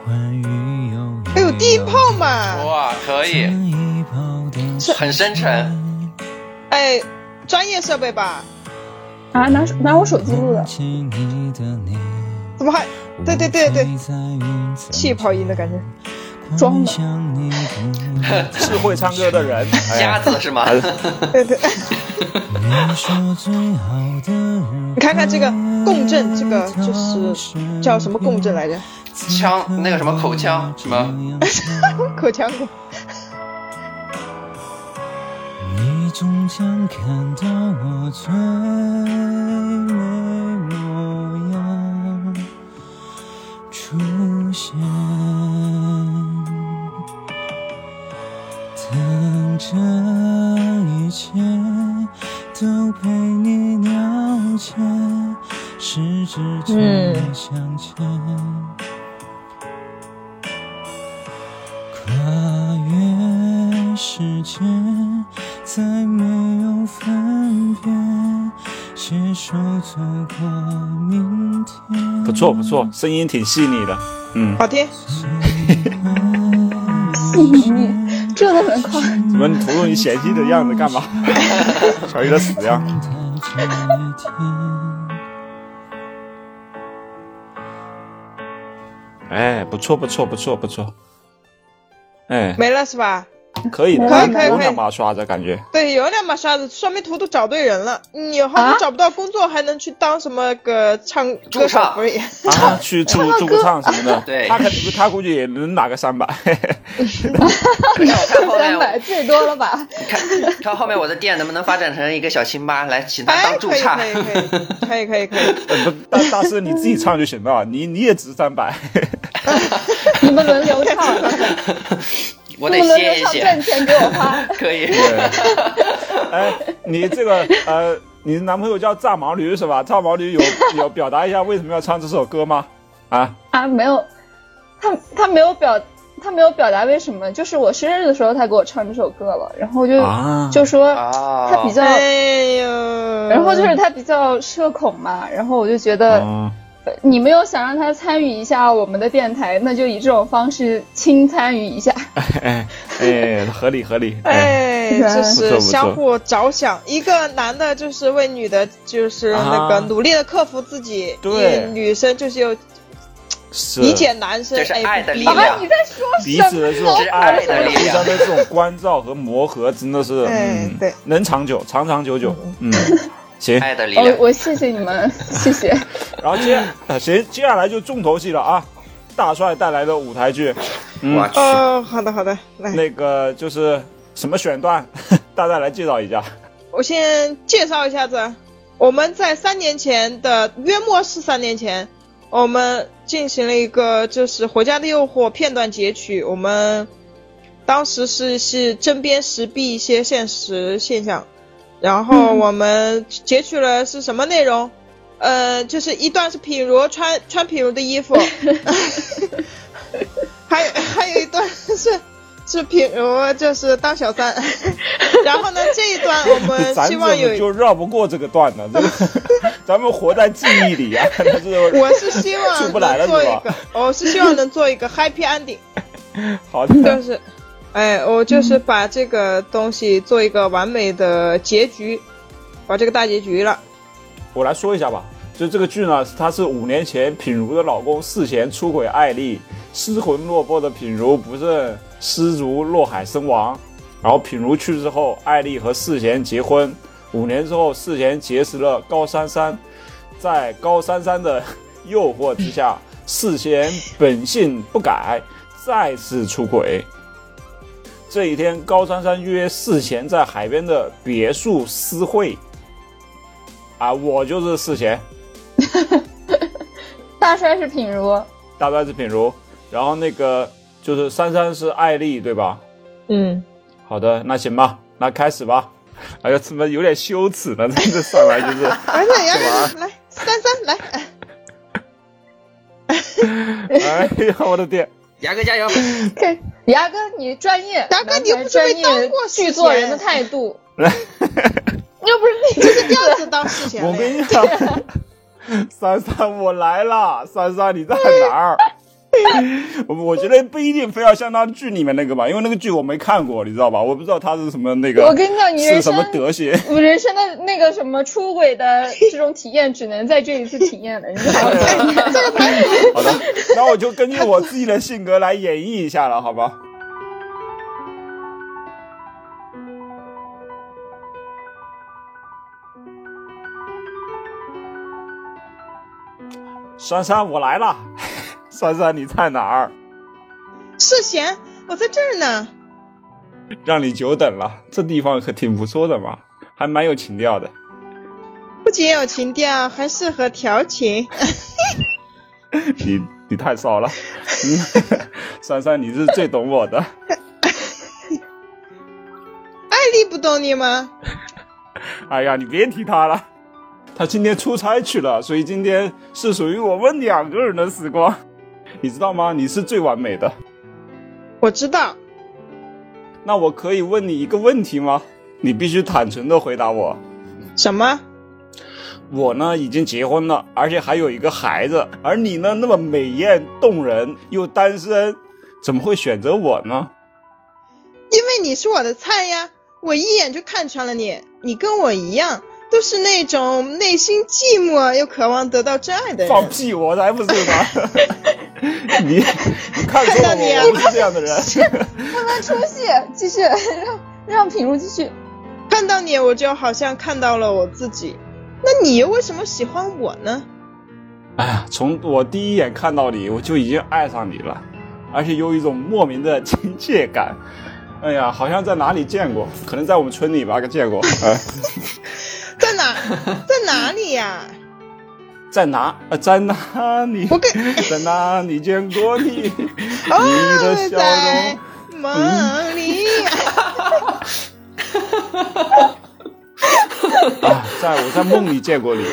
Speaker 9: 欢语有
Speaker 3: 哎呦，第一炮嘛，
Speaker 4: 哇，可以，
Speaker 9: 一泡的
Speaker 4: 很深沉。
Speaker 3: 哎，专业设备吧？
Speaker 2: 啊，拿拿我手机录的。
Speaker 9: 亲昵的你，
Speaker 3: 怎么还？对对对对，
Speaker 9: 在云层
Speaker 3: 气泡音的感觉。
Speaker 2: 装的
Speaker 9: 想你不
Speaker 1: 是会唱歌的人，
Speaker 4: 鸭
Speaker 1: 哎，
Speaker 4: 子是吗？
Speaker 3: 对对，
Speaker 9: 能说最好的人
Speaker 3: 你看看这个共振，这个就是叫什么共振来着？
Speaker 4: 腔那个什么口腔什么？
Speaker 3: 口腔鼓。
Speaker 9: 你终将看到我最美模样出现，等这一切都陪你了解，十指紧
Speaker 3: 嗯
Speaker 9: 挨相牵。跨越时间，再没有分别，携手走过明天。
Speaker 1: 不错不错，声音挺细腻的，嗯，
Speaker 3: 好听，
Speaker 2: 细腻，这都很快。
Speaker 1: 怎么你图图你嫌弃的样子干 嘛？小鱼的死样，哎，不错不错不错不错，哎，
Speaker 3: 没了是吧？
Speaker 1: 可以的，
Speaker 3: 可以可以
Speaker 1: 有
Speaker 3: 可以
Speaker 1: 两把刷子感觉，
Speaker 3: 对，有两把刷子，说明图图找对人了。你以后
Speaker 2: 啊
Speaker 3: 你找不到工作，还能去当什么个唱歌
Speaker 4: 驻
Speaker 3: 手
Speaker 4: 唱
Speaker 3: 不是也？
Speaker 1: 啊，去 驻驻个唱什么的，
Speaker 4: 对
Speaker 1: 他肯定他估计也能拿个三百，
Speaker 4: 而且我看后面
Speaker 2: 三百最多了吧？
Speaker 4: 看看后面我的店能不能发展成一个小清吧，来请他
Speaker 3: 哎，
Speaker 4: 当驻
Speaker 3: 可以
Speaker 4: 唱。
Speaker 3: 可以可以 可以可以 可以，
Speaker 1: 呃不大大师你自己唱就行了，啊你你也值三百，
Speaker 2: 你们轮流唱，
Speaker 4: 我
Speaker 2: 你
Speaker 4: 得
Speaker 2: 们轮
Speaker 4: 歇一
Speaker 2: 流唱
Speaker 4: 歇
Speaker 2: 赚，钱给我花。
Speaker 4: 可以。
Speaker 1: 哎，你这个呃，你男朋友叫炸毛驴是吧？炸毛驴有有表达一下为什么要唱这首歌吗？啊，
Speaker 2: 他没有，他他没有表，他没有表达为什么，就是我生日的时候他给我唱这首歌了，然后就、
Speaker 1: 啊
Speaker 2: 就说
Speaker 4: 哦
Speaker 2: 他比较，
Speaker 3: 哎呦，
Speaker 2: 然后就是他比较社恐嘛，然后我就觉得、
Speaker 1: 嗯
Speaker 2: 呃你们又想让他参与一下我们的电台，那就以这种方式轻参与一下。哦
Speaker 1: 哎哎，合理合理，哎，
Speaker 3: 哎，
Speaker 2: 是吧
Speaker 1: 不
Speaker 3: 就
Speaker 1: 错
Speaker 3: 是
Speaker 1: 不错
Speaker 3: 相互着想，一个男的就是为女的，就是那个
Speaker 1: 啊
Speaker 3: 努力的克服自己，
Speaker 1: 对
Speaker 3: 你女生就是有
Speaker 1: 是
Speaker 3: 理解男生，
Speaker 4: 这是
Speaker 3: 哎，
Speaker 4: 爱的
Speaker 3: 不
Speaker 4: 力
Speaker 2: 老
Speaker 3: 一样
Speaker 4: 量
Speaker 2: 板，你在说
Speaker 1: 彼
Speaker 2: 什
Speaker 1: 此的
Speaker 2: 么？
Speaker 1: 这 种
Speaker 4: 是
Speaker 1: 爱，
Speaker 4: 爱的力
Speaker 1: 互相
Speaker 4: 量
Speaker 1: 的这种关照和磨合，真的是，
Speaker 3: 哎
Speaker 1: 嗯，
Speaker 3: 对，
Speaker 1: 能长久，长长久久，嗯，行，
Speaker 4: 爱的力
Speaker 2: 我
Speaker 4: 量。
Speaker 2: 我谢谢你们，谢谢。
Speaker 1: 然后接呃行，接下来就重头戏了啊，大帅带来的舞台剧，嗯
Speaker 4: 我去，
Speaker 3: 哦，好的好的，来，
Speaker 1: 那个就是什么选段， 大家来介绍一
Speaker 3: 啊
Speaker 1: 下，
Speaker 3: 我先介绍一下子，我们在三年前的约莫是三年前，我们进行了一个就是《回家的诱惑》片段截取，我们当时是是针砭时弊一些现实现象，然后我们截取了是什么内容？呃，就是一段是品如穿穿品如的衣服，还有还有一段是是品如就是当小三， 然后呢这一段我 们
Speaker 1: 咱
Speaker 3: 希
Speaker 1: 怎
Speaker 3: 望
Speaker 1: 么
Speaker 3: 有，
Speaker 1: 就绕不过这个段呢？ 这个咱们活在记忆里啊， 那是
Speaker 3: 我是希
Speaker 1: 出
Speaker 3: 望
Speaker 1: 不来了
Speaker 3: 能做
Speaker 1: 是
Speaker 3: 一
Speaker 1: 吧
Speaker 3: 个，我是希望能做一个 happy ending，
Speaker 1: 好
Speaker 3: 就
Speaker 1: 的，
Speaker 3: 是，哎，我就是把这个东西做一个完美的结局，把这个大结局了。
Speaker 1: 我来说一下吧。就这个剧呢，它是五年前品如的老公世贤出轨艾丽，失魂落魄的品如不慎失足落海身亡。然后品如去世后，艾丽和世贤结婚。五年之后，世贤结识了高珊珊，在高珊珊的诱惑之下，世贤本性不改，再次出轨。这一天，高珊珊约世贤在海边的别墅私会。啊，我就是世贤，
Speaker 2: 大帅是品如，
Speaker 1: 大概是品如，然后那个就是珊珊是艾丽，对吧？
Speaker 3: 嗯，
Speaker 1: 好的，那行吧，那开始吧。哎呀，怎么有点羞耻呢？这这上来就是，
Speaker 2: 哎
Speaker 3: 而且杨洋来三三来，哎
Speaker 1: 哎呀，我的天！
Speaker 4: 牙哥加 油！
Speaker 2: 看牙哥你专业，
Speaker 3: 牙哥
Speaker 2: 难
Speaker 3: 你
Speaker 2: 怪
Speaker 3: 不是
Speaker 2: 专
Speaker 3: 没
Speaker 2: 业
Speaker 3: 当过
Speaker 2: 剧
Speaker 3: 世
Speaker 2: 作
Speaker 3: 贤
Speaker 2: 人的态度，又不是你
Speaker 3: 就是这样子当事前
Speaker 1: 我跟
Speaker 3: 嘞。
Speaker 1: 你讲，珊珊，我来了，珊珊，你在哪儿？我我觉得不一定非要像他剧里面那个吧，因为那个剧我没看过，你知道吧？我不知道他是什么那个，
Speaker 2: 我跟你讲，你人
Speaker 1: 是什
Speaker 2: 生
Speaker 1: 么德行。
Speaker 2: 我人生的那个什么出轨的这种体验，只能在这一次体 验了。你知道吗？
Speaker 1: 好的，那我就根据我自己的性格来演绎一下了，好吧？珊珊，我来了。 珊珊，你在哪儿？
Speaker 3: 世贤，我在这儿呢。
Speaker 1: 让你久等了，这地方可挺不错的嘛，还蛮有情调的。
Speaker 3: 不仅有情调，还适合调情。
Speaker 1: 你你太骚了，嗯， 珊珊，你是最懂我的。
Speaker 3: 艾丽不懂你吗？
Speaker 1: 哎呀，你别提他了，他今天出差去了，所以今天是属于我们两个人的时光，你知道吗？你是最完美的。
Speaker 3: 我知道。
Speaker 1: 那我可以问你一个问题吗？你必须坦诚的回答我。
Speaker 3: 什么？
Speaker 1: 我呢已经结婚了，而且还有一个孩子，而你呢那么美艳动人又单身，怎么会选择我呢？
Speaker 3: 因为你是我的菜呀，我一眼就看穿了你。你跟我一样，都是那种内心寂寞又渴望得到真爱的人。
Speaker 1: 放屁！我才不是 呢！你你看错
Speaker 3: 看到
Speaker 1: 了
Speaker 3: 你啊
Speaker 1: 我，我不是这样的 人。
Speaker 2: 慢慢出戏，继续让让品如继续。
Speaker 3: 看到你，我就好像看到了我自己。那你又为什么喜欢我呢？
Speaker 1: 哎呀，从我第一眼看到你，我就已经爱上你了，而且有一种莫名的亲切感。哎呀，好像在哪里见过，可能在我们村里吧，见过。 哎，
Speaker 3: 在哪？在哪里呀、
Speaker 1: 在哪？呃在哪里？ 在哪里见过你？
Speaker 3: 哦
Speaker 1: 你的笑容
Speaker 3: 在。梦里。
Speaker 1: 啊，在我在梦里见过你。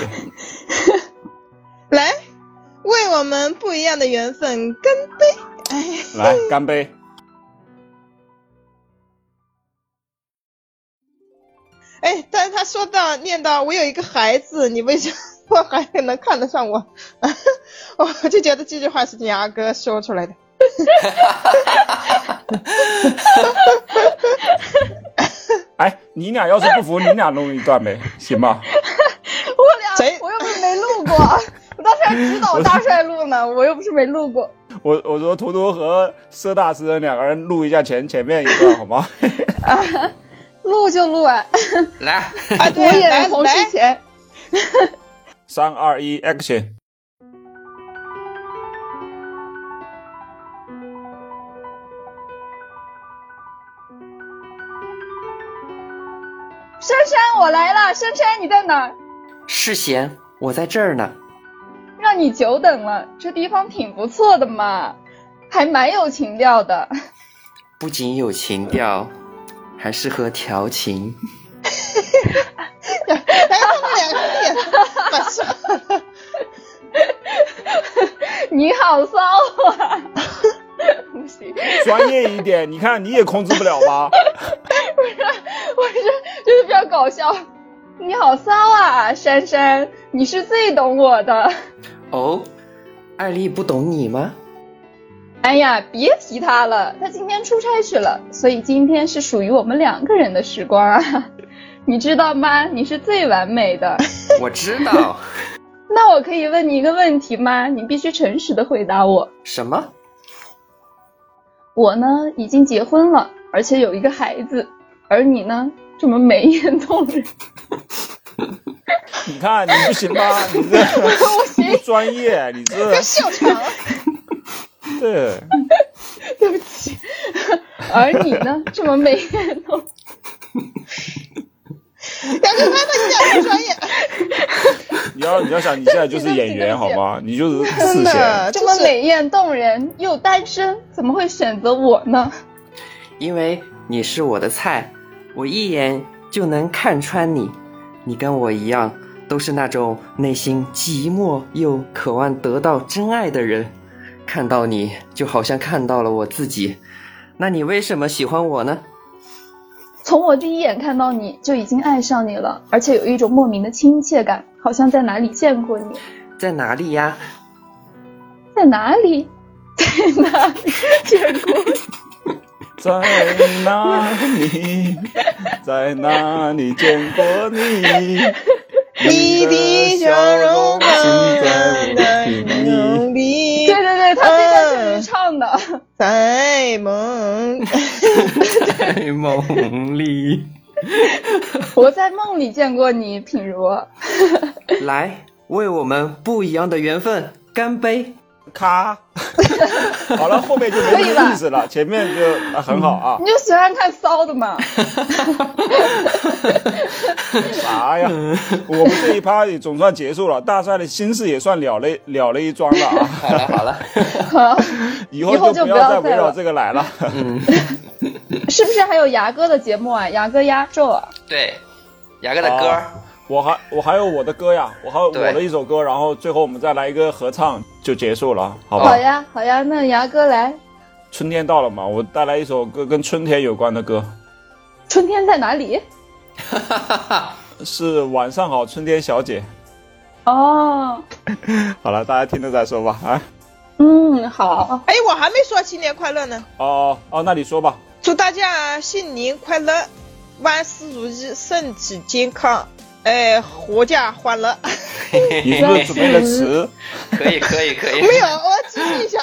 Speaker 3: 来，为我们不一样的缘分干杯！
Speaker 1: 来，干杯！
Speaker 3: 哎，但是他说到念到我有一个孩子，你为什么还能看得上我？ 我就觉得这句话是你阿哥说出来的。
Speaker 1: 哎，你俩要是不服，你俩弄一段呗，行吧？
Speaker 2: 我
Speaker 3: 哎
Speaker 2: 俩我又不是没录过，我当时还指导大帅录呢，我又不是没录过。
Speaker 1: 我我说图图和佘大诗人两个人录一下前前面一段好 吗？
Speaker 2: 录就录啊，
Speaker 4: 来，
Speaker 3: 啊，
Speaker 2: 我也是同事前。
Speaker 1: 三二一，action！
Speaker 2: 珊珊，我来了，珊珊你在哪儿？
Speaker 4: 世贤，我在这儿呢。
Speaker 2: 让你久等了，这地方挺不错的嘛，还蛮有情调的。
Speaker 4: 不仅有情调，还适合调情。
Speaker 3: 哎，他们两个 也把手
Speaker 2: 你好骚 啊！不行，
Speaker 1: 专业一点，你看你也控制不了吧？
Speaker 2: 我是就是比较搞笑。你好骚啊，珊珊，你是最懂我的。
Speaker 4: 哦，艾丽不懂你吗？
Speaker 2: 哎呀，别提他了，他今天出差去了，所以今天是属于我们两个人的时光啊。你知道吗？你是最完美的。
Speaker 4: 我知 道。
Speaker 2: 那我可以问你一个问题吗？你必须诚实的回答我。
Speaker 4: 什么？
Speaker 2: 我呢已经结婚了，而且有一个孩子，而你呢这么美艳动人，
Speaker 1: 你看你不行吧？你 这不专业，你这
Speaker 3: 秀场了。
Speaker 1: 对，
Speaker 2: 对不起， 而你呢这么美艳动人，
Speaker 3: 感觉他的讲不专业，
Speaker 1: 你要你要想你现在就是演员好吗？你就是四线，
Speaker 2: 这么美艳动人又单身，怎么会选择我呢？
Speaker 4: 因为你是我的菜，我一眼就能看穿你。你跟我一样，都是那种内心寂寞又渴望得到真爱的人。看到你，就好像看到了我自己。那你为什么喜欢我呢？
Speaker 2: 从我第一眼看到你就已经爱上你了，而且有一种莫名的亲切感，好像在哪里见过你，
Speaker 4: 在哪里呀？
Speaker 2: 在哪里， 在哪里见过你？
Speaker 1: 在哪里？在哪里见过你？
Speaker 3: 你的笑容放在梦里。嗯
Speaker 2: 对对对，他这段是你唱的，
Speaker 3: 在梦。
Speaker 4: 在 梦里。
Speaker 2: 我在梦里见过你，品如。
Speaker 4: 来，为我们不一样的缘分干杯！
Speaker 1: 咔，好了，后面就没什么意思了，前面就、啊很好啊
Speaker 2: 你。就喜欢看骚 的嘛？
Speaker 1: 啥呀？我们这一趴也总算结束了，大帅的心事也算了了了了一桩了啊。
Speaker 4: 好了好了，
Speaker 2: 好，
Speaker 1: 以后就
Speaker 2: 就
Speaker 1: 不要
Speaker 2: 不要
Speaker 1: 再
Speaker 2: 再
Speaker 1: 围绕
Speaker 2: 了
Speaker 1: 这个来了。
Speaker 4: 嗯，
Speaker 2: 是不是还有牙哥的节目啊？牙哥压轴啊？
Speaker 4: 对，牙哥的歌儿，
Speaker 1: 啊我还我还有我的歌呀，我还有我的一首歌，然后最后我们再来一个合唱就结束了，好吧？
Speaker 2: 好呀，好呀，那牙哥来。
Speaker 1: 春天到了嘛，我带来一首歌跟春天有关的歌，
Speaker 2: 春天在哪里？
Speaker 1: 是《晚上好，春天小姐
Speaker 2: 哦，》。
Speaker 1: 好了，大家听了再说吧。啊，
Speaker 2: 嗯，好。
Speaker 3: 哎，我还没说新年快乐呢，
Speaker 1: 哦哦，那你说 吧。
Speaker 3: 祝大家新年快乐，万事如意，身体健康，哎，阖家欢乐。
Speaker 1: 哎你是不是准备了词？
Speaker 4: 可以可以可以，
Speaker 3: 没有，我记一下。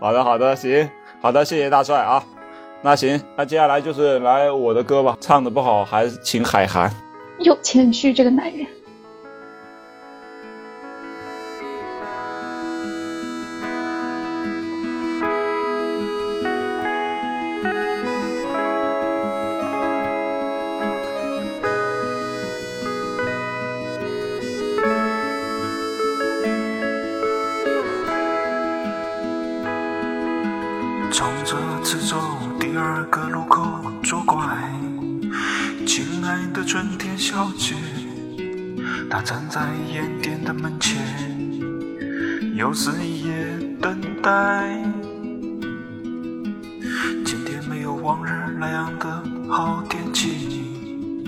Speaker 1: 好的，好的，行，好的，谢谢大帅啊。那行，那接下来就是来我的歌吧，唱的不好还是请海涵。
Speaker 2: 又谦虚，这个男人。
Speaker 9: 从这次走第二个路口左拐，亲爱的春天小姐，她站在烟店的门前，又是一夜等待。今天没有往日那样的好天气，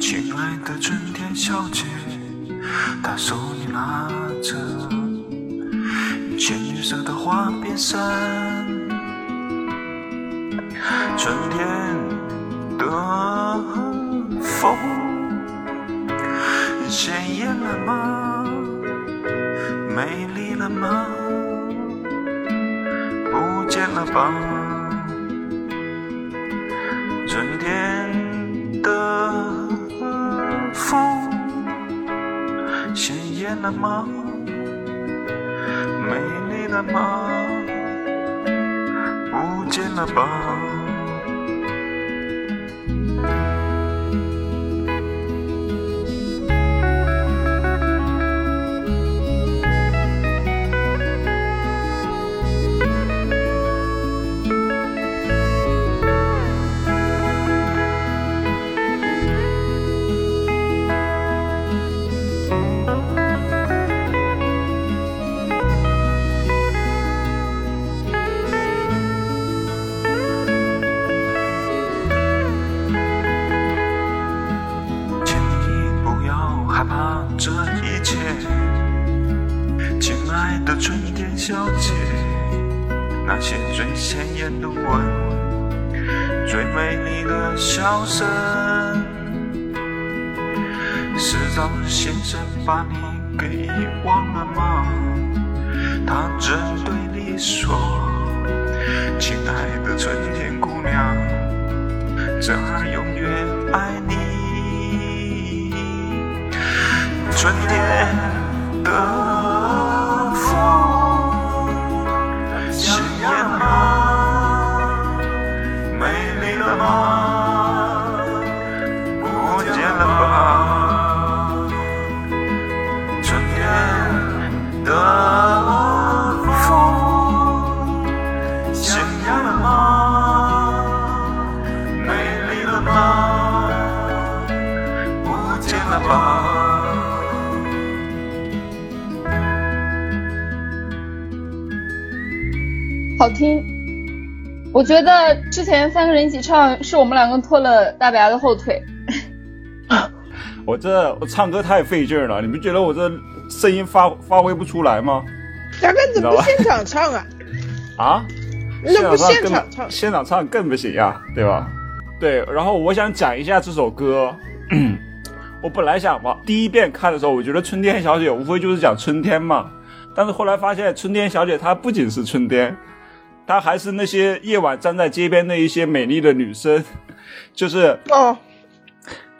Speaker 9: 亲爱的春天小姐，她手里拿着浅绿色的花边衫。春天的风鲜艳了吗？美丽了吗？不见了吧？春天的风鲜艳了吗？美丽了吗？不见了吧？请你不要害怕这一切，亲爱的春天小姐，那些最鲜艳的吻，最美丽的笑声，市长先生把你给忘了吗？他正对你说，亲爱的春天姑娘，这儿永远爱你。春天的风，鲜艳了吗？美丽了吗？不见了吧？春天的风，鲜艳了吗？美丽了吗？不见了吧？
Speaker 2: 好听。我觉得之前三个人一起唱，是我们两个拖了大白牙的后腿。
Speaker 1: 我这我唱歌太费劲儿了，你不觉得我这声音发发挥不出来吗？
Speaker 3: 牙根怎么不现场唱啊？
Speaker 1: 啊？
Speaker 3: 那不
Speaker 1: 现
Speaker 3: 现场
Speaker 1: 更
Speaker 3: 唱
Speaker 1: 现场唱更不行啊呀、对吧？对，然后我想讲一下这首歌。我本来想吧，第一遍看的时候，我觉得《春天小姐》无非就是讲春天嘛，但是后来发现，《春天小姐》她不仅是春天，她还是那些夜晚站在街边的一些美丽的女生， 就是
Speaker 3: 哦，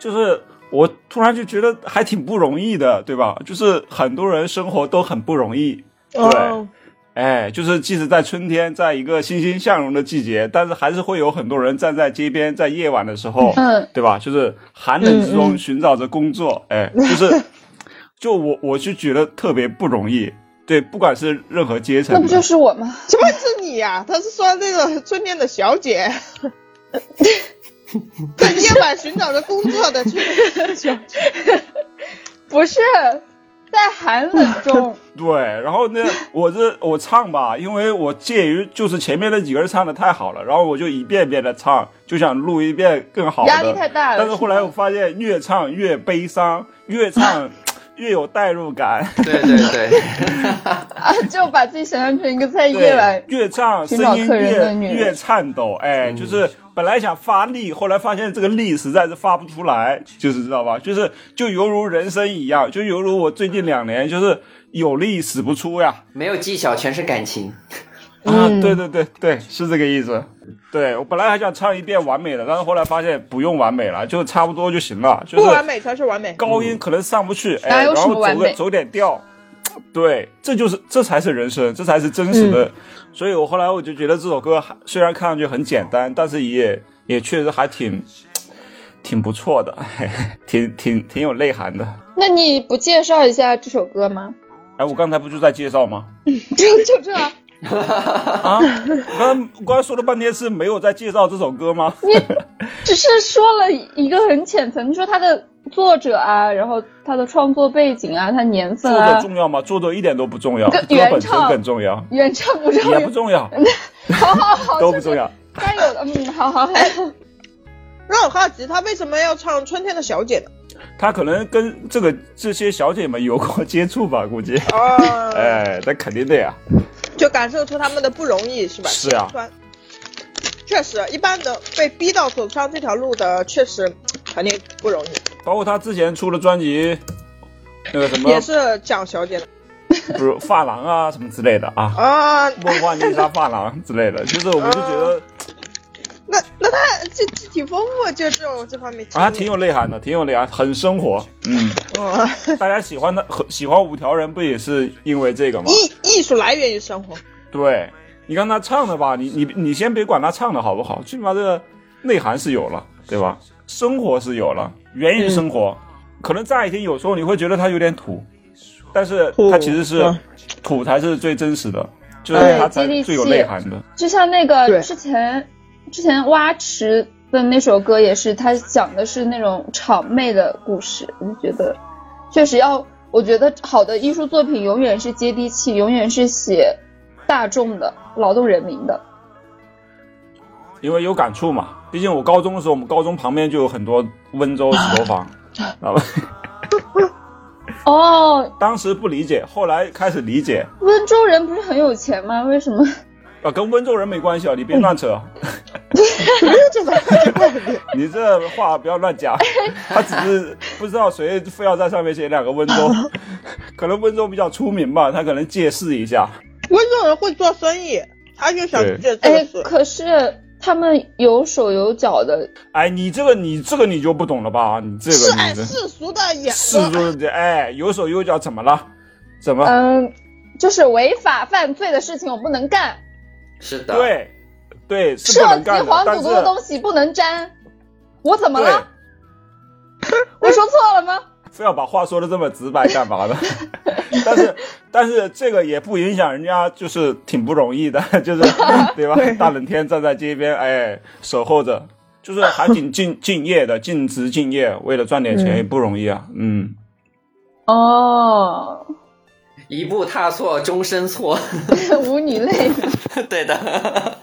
Speaker 1: 就是我突然就觉得还挺不容易的，对吧？就是很多人生活都很不容易，对。
Speaker 3: 哦，
Speaker 1: 哎，就是即使在春天，在一个欣欣向荣的季节，但是还是会有很多人站在街边，在夜晚的时候，
Speaker 2: 嗯
Speaker 1: 对吧？就是寒冷之
Speaker 3: 嗯
Speaker 1: 中寻找着工作， 哎，就是，就我我是觉得特别不容易，对，不管是任何阶层的，
Speaker 2: 那不就是我吗？
Speaker 3: 怎么是你呀、他是说那个春天的小姐，在夜晚寻找着工作的这个
Speaker 2: 不是在寒冷中，
Speaker 1: 对，然后 呢，我这我唱吧，因为我介于就是前面那几个人唱的太好了，然后我就一遍遍的唱，就想录一遍更好的。
Speaker 2: 压力太大了
Speaker 1: 但是后来我发现，越唱越悲伤，越 唱越有代入感。
Speaker 4: 对对对，
Speaker 2: 啊，就把自己想象成一个在
Speaker 1: 对
Speaker 2: 夜晚
Speaker 1: 越唱
Speaker 2: 寻找
Speaker 1: 声音
Speaker 2: 客人的女
Speaker 1: 越
Speaker 2: 人嗯
Speaker 1: 越颤抖，哎，就是本来想发力，后来发现这个力实在是发不出来，就是知道吧？就是就犹如人生一样，就犹如我最近两年就是有力使不出呀。
Speaker 4: 没有技巧，全是感情。
Speaker 1: 啊，
Speaker 2: 嗯
Speaker 1: 对对对对，是这个意思。对我本来还想唱一遍完美的，但是后来发现不用完美了，就差不多就行了。 就
Speaker 3: 不
Speaker 1: 是
Speaker 3: 完美才是完美。
Speaker 1: 高音可能上不去，
Speaker 2: 嗯哪
Speaker 1: 哎，
Speaker 2: 有
Speaker 1: 然
Speaker 2: 什么
Speaker 1: 后
Speaker 2: 完
Speaker 1: 走个
Speaker 2: 美
Speaker 1: 走点调，对，这就是这才是人生，这才是真实的。
Speaker 2: 嗯
Speaker 1: 所以我后来我就觉得这首歌还虽然看上去很简单，但是也也确实还挺挺不错的， 嘿嘿挺挺挺有内涵的。
Speaker 2: 那你不介绍一下这首歌吗？
Speaker 1: 哎，我刚才不就在介绍吗？
Speaker 2: 就就这，
Speaker 1: 啊，我刚我刚才说了半天是没有在介绍这首歌吗？
Speaker 2: 只是说了一个很浅层，你说它的作者啊，然后它的创作背景啊，它年
Speaker 1: 作
Speaker 2: 份
Speaker 1: 者
Speaker 2: 啊，
Speaker 1: 重要吗？作者一点都不重要，
Speaker 2: 跟
Speaker 1: 作者本身
Speaker 2: 原唱
Speaker 1: 更重要，
Speaker 2: 原唱不重
Speaker 1: 也
Speaker 2: 要哦
Speaker 1: 不，重要，
Speaker 2: 好好好，
Speaker 1: 都不重要。
Speaker 2: 该有的，嗯，好好好，
Speaker 3: 哎让我好奇，他为什么要唱《春天的小姐》呢？
Speaker 1: 他可能跟这个这些小姐们有过接触 吧，估计。
Speaker 2: 啊
Speaker 3: 哦，
Speaker 1: 哎，那肯定的呀。
Speaker 3: 就感受出他们的不容易，是吧？
Speaker 1: 是啊
Speaker 3: 酸确实，一般的被逼到走上这条路的，确实肯定不容易，
Speaker 1: 包括他之前出的专辑，那个什么
Speaker 3: 也是讲小姐的
Speaker 1: 不是发廊啊什么之类的啊，
Speaker 3: 啊。
Speaker 1: 梦幻丽莎发廊之类的，就是我们就觉得
Speaker 3: 那那他这这挺丰富，就这种这方面
Speaker 1: 啊，挺有内涵的，挺有内涵，很生活。嗯，
Speaker 3: 嗯
Speaker 1: 大家喜欢的喜欢五条人不也是因为这个吗？
Speaker 3: 艺艺术来源于生活。
Speaker 1: 对你刚才唱的吧，你你你先别管他唱的好不好，最起码这个内涵是有了，对吧？生活是有了，源于生活。可能乍一听有时候你会觉得它有点土，但是它其实是
Speaker 3: 土嗯
Speaker 1: 土才是最真实的，就是
Speaker 2: 对
Speaker 1: 它才
Speaker 2: 接地
Speaker 1: 最有
Speaker 2: 气
Speaker 1: 内涵的。
Speaker 2: 就像那个
Speaker 3: 对
Speaker 2: 之前之前蛙池的那首歌也是，他讲的是那种谄媚的故事。我就觉得，确实要，我觉得好的艺术作品永远是接地气，永远是写大众的、劳动人民的。
Speaker 1: 因为有感触嘛。毕竟我高中的时候，我们高中旁边就有很多温州石头房，知道吧？
Speaker 2: 哦，
Speaker 1: 当时不理解，后来开始理解。
Speaker 2: 温州人不是很有钱吗？为什么？
Speaker 1: 啊，跟温州人没关系啊，你别乱扯。 你嗯这话不要乱 讲，他只是不知道谁非要在上面写两个温州， 可能温州比较出名吧，他可能借势一下。
Speaker 3: 温州人会做生意，他就想
Speaker 1: 对
Speaker 3: 借这个
Speaker 2: 哎
Speaker 3: 事，。
Speaker 2: 可是他们有手有脚的，
Speaker 1: 哎，你这个你这个你就不懂了吧？你这
Speaker 3: 是
Speaker 1: 个
Speaker 3: 哎，
Speaker 1: 你这
Speaker 2: 啊
Speaker 3: 世俗的眼
Speaker 1: 是
Speaker 3: 光。
Speaker 1: 不是？哎，有手有脚怎么了？怎么？
Speaker 2: 嗯，就是违法犯罪的事情我不能干，
Speaker 4: 是的，，
Speaker 1: 对对，是
Speaker 2: 涉
Speaker 1: 不能
Speaker 2: 及
Speaker 1: 干的
Speaker 2: 啊黄，
Speaker 1: 但
Speaker 2: 赌
Speaker 1: 是
Speaker 2: 毒的东西不能沾。我怎么
Speaker 1: 对
Speaker 2: 了？， 我说错了吗？
Speaker 1: 非要把话说的这么直白干嘛呢？ 但是但是这个也不影响人家，就是挺不容易的， 就是对吧？大冷天站在街边，哎，守候着，就是还挺敬敬业的，尽职敬业，为了赚点钱也不容易啊。嗯，
Speaker 2: 哦，
Speaker 4: 一步踏错，终身错。
Speaker 2: 舞女泪，
Speaker 4: 对的，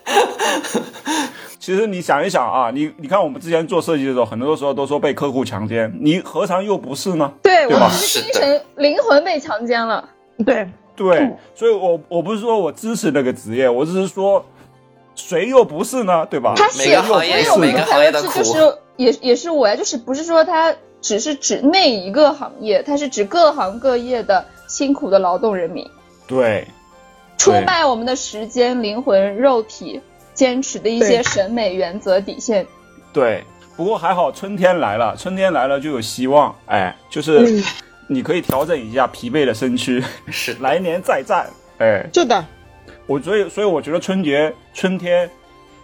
Speaker 1: 其实你想一想啊，你你看我们之前做设计的时候，很多时候都说被客户强奸，你何尝又不是呢？
Speaker 2: 对
Speaker 1: 对
Speaker 2: 我
Speaker 1: 吧
Speaker 2: 们是精神灵魂被强奸
Speaker 4: 啊
Speaker 2: 了。
Speaker 3: 对，
Speaker 1: 对，所以我我不是说我支持那个职业，我只是说。谁又不是呢？对吧？
Speaker 2: 他
Speaker 4: 每
Speaker 2: 写
Speaker 4: 个
Speaker 2: 我
Speaker 4: 行业
Speaker 2: 也
Speaker 4: 有每个行业的苦
Speaker 2: 就是也也是我呀，就是不是说他只是指那一个行业，他是指各行各业的辛苦的劳动人民，
Speaker 1: 对，
Speaker 2: 出卖我们的时间、灵魂、肉体，坚持的一些
Speaker 3: 对
Speaker 2: 审美原则底线。
Speaker 1: 对，不过还好，春天来了，春天来了就有希望。哎，就是你可以调整一下疲惫的身躯，
Speaker 4: 是的，
Speaker 1: 来年再战。哎，
Speaker 3: 是的，
Speaker 1: 我所以所以我觉得春节春天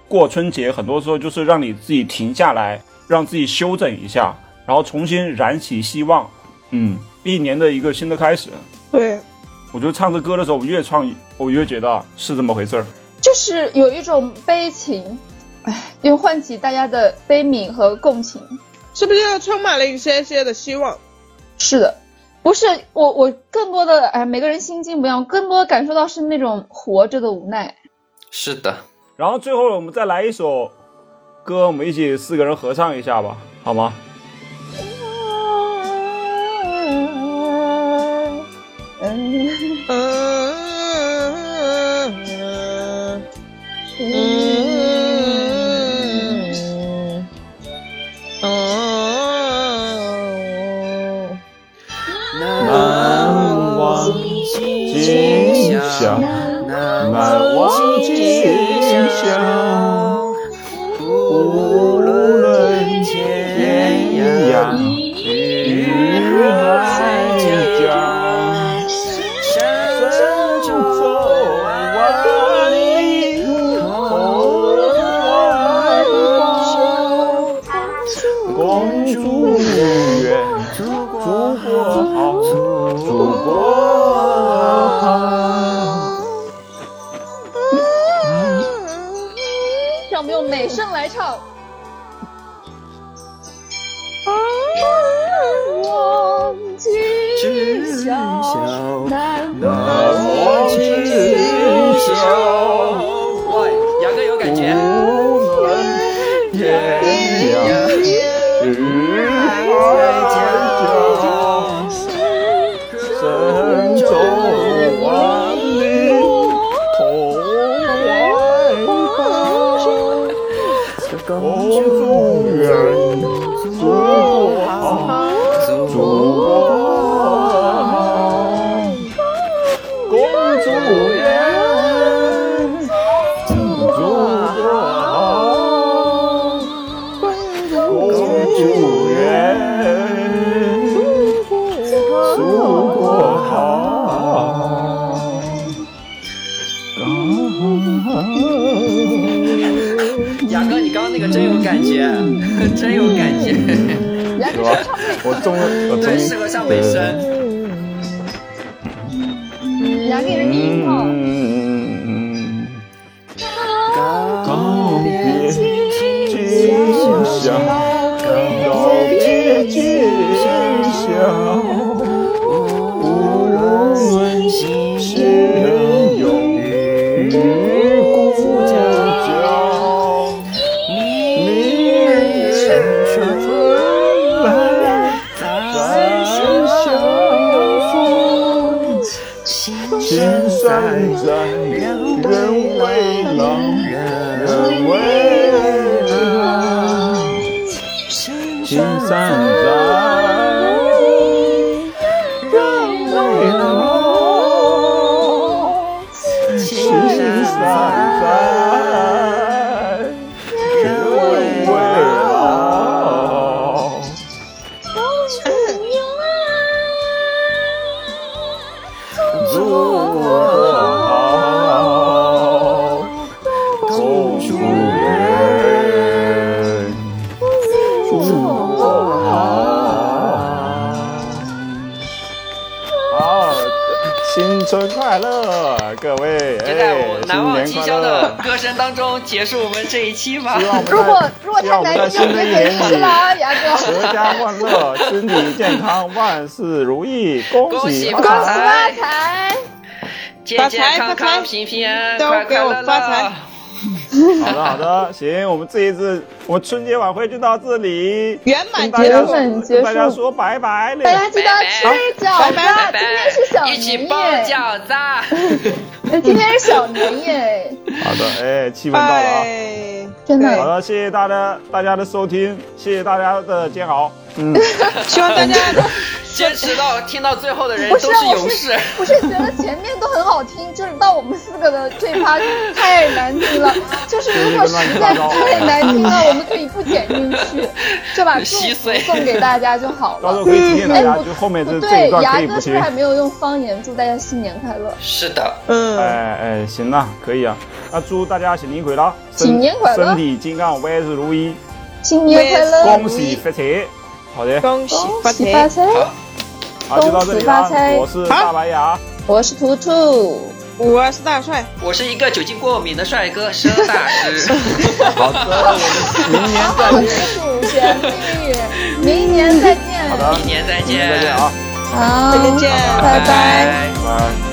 Speaker 1: 过春节，很多时候就是让你自己停下来，让自己休整一下，然后重新燃起希望。嗯，一年的一个新的开始。
Speaker 3: 对，
Speaker 1: 我觉得唱这歌的时候，我越唱我越觉得啊是这么回事儿。
Speaker 2: 就是有一种悲情，又唤起大家的悲悯和共情。
Speaker 1: 是不是又充满了一些些的希望？
Speaker 2: 是的，不是我我更多的哎，每个人心境不一样，更多感受到是那种活着的无奈。
Speaker 4: 是的，
Speaker 7: 然后最后我们再来一首歌，我们一起四个人合唱一下吧，好吗？
Speaker 2: 嗯
Speaker 1: 嗯嗯嗯，
Speaker 7: 难忘今宵，难忘今宵，无论天涯与海角，山中万里同怀抱。公主愿，祖国好，祖国好。
Speaker 2: 让我们用美声来唱。忘记
Speaker 9: 知晓
Speaker 2: 难
Speaker 9: 难忘今宵，
Speaker 4: 哇，杨哥有感觉，
Speaker 9: 无论天涯与海角，神州万里同怀抱。公主远，祖国好，祖国好。公主远，祖国好，公主远，祖国好。
Speaker 4: 杨哥你刚刚那个真有感觉，真有感觉，
Speaker 7: 嗯是吧？我终于，我呃
Speaker 4: 对，
Speaker 7: 终
Speaker 4: 适合
Speaker 7: 于，
Speaker 4: 上美声。
Speaker 2: 两个人音炮。
Speaker 7: 嗯，
Speaker 9: 哦
Speaker 7: 告别今宵，告别今宵，无论天有与故交，明月春来再相逢。心散在人未老，人未老，心散在人未老，心散在人未老。祖国好，公主远，祖国好。好，新春快乐，各位！
Speaker 4: 就在我
Speaker 7: 哎，
Speaker 4: 难
Speaker 7: 新
Speaker 4: 忘
Speaker 7: 年
Speaker 4: 今
Speaker 7: 快
Speaker 4: 宵的
Speaker 7: 乐！
Speaker 4: 歌声当中结束我们这一期吧
Speaker 7: 希。望我们
Speaker 2: 如果
Speaker 7: 在
Speaker 2: 如果
Speaker 7: 希望
Speaker 2: 太
Speaker 7: 我们在
Speaker 2: 难听，就
Speaker 7: 新的
Speaker 2: 别
Speaker 7: 一
Speaker 2: 解释了
Speaker 7: 年里
Speaker 2: 啊，牙哥。
Speaker 7: 阖家欢乐，身体健康，万事如意，恭
Speaker 4: 恭喜
Speaker 7: 喜
Speaker 4: 发
Speaker 7: 发
Speaker 2: 恭喜
Speaker 7: 财！
Speaker 2: 发财！
Speaker 4: 健健康康、平平安安、快快乐乐。
Speaker 7: 好的，好的，行，我们这一次我们春节晚会就到这里，
Speaker 1: 圆满
Speaker 7: 跟大家
Speaker 2: 结束圆满结束
Speaker 7: 跟大家说拜拜了，
Speaker 2: 大家记得吃饺
Speaker 1: 拜
Speaker 2: 子
Speaker 1: 拜
Speaker 2: 啊，
Speaker 4: 拜
Speaker 2: 今天是
Speaker 4: 拜，
Speaker 2: 小
Speaker 4: 一起
Speaker 2: 年
Speaker 4: 包
Speaker 2: 夜，
Speaker 4: 饺子。
Speaker 2: 哎今天是小年夜，
Speaker 7: 好的，哎，气氛到了啊，
Speaker 1: 哎，
Speaker 2: 真
Speaker 7: 好
Speaker 2: 的。
Speaker 7: 的，谢谢大家大家的收听，谢谢大家的煎熬， 嗯，
Speaker 1: 希望大家
Speaker 4: 坚持到听到最后的人
Speaker 2: 不是啊
Speaker 4: 都，是
Speaker 2: 我
Speaker 4: 勇
Speaker 2: 是
Speaker 4: 士。
Speaker 2: 我是觉得前面都很好听，就是到我们四个的这一趴太难听了。就是如果实在太难听 了，我们可以不剪进去，就把祝
Speaker 4: 稀
Speaker 2: 福
Speaker 4: 碎
Speaker 2: 送给大大家就好
Speaker 7: 到时候
Speaker 2: 了。
Speaker 7: 可以提醒大家，
Speaker 2: 哎
Speaker 7: 就后面
Speaker 2: 不
Speaker 7: 这这
Speaker 2: 对
Speaker 7: 一，段
Speaker 2: 哎牙
Speaker 7: 可以
Speaker 2: 哥
Speaker 7: 不
Speaker 2: 是
Speaker 7: 听
Speaker 2: 不是，还没有用方言祝大家新年快乐？
Speaker 4: 是的，
Speaker 7: 哎
Speaker 1: 嗯，
Speaker 7: 哎，行了，可以啊，那祝大家新年快乐，身
Speaker 2: 新年快乐
Speaker 7: 身体健康，万事如意，
Speaker 2: 新年快乐，
Speaker 7: 恭喜发财，好的，
Speaker 1: 恭喜发
Speaker 2: 恭喜发
Speaker 1: 财，
Speaker 2: 财！
Speaker 7: 啊好，就到这里
Speaker 2: 恭喜发
Speaker 7: 了
Speaker 2: 财，
Speaker 7: 我是大白牙。
Speaker 2: 我是图图。
Speaker 3: 我是啊大帅，
Speaker 4: 我是一个酒精过敏的帅哥，佘大师。
Speaker 2: 好的，我们明年再见。
Speaker 7: 主旋律，明年再见。
Speaker 4: 明年再见，
Speaker 2: 再见啊，
Speaker 7: 好，
Speaker 3: 再见
Speaker 7: 拜
Speaker 4: 拜。
Speaker 2: 拜拜。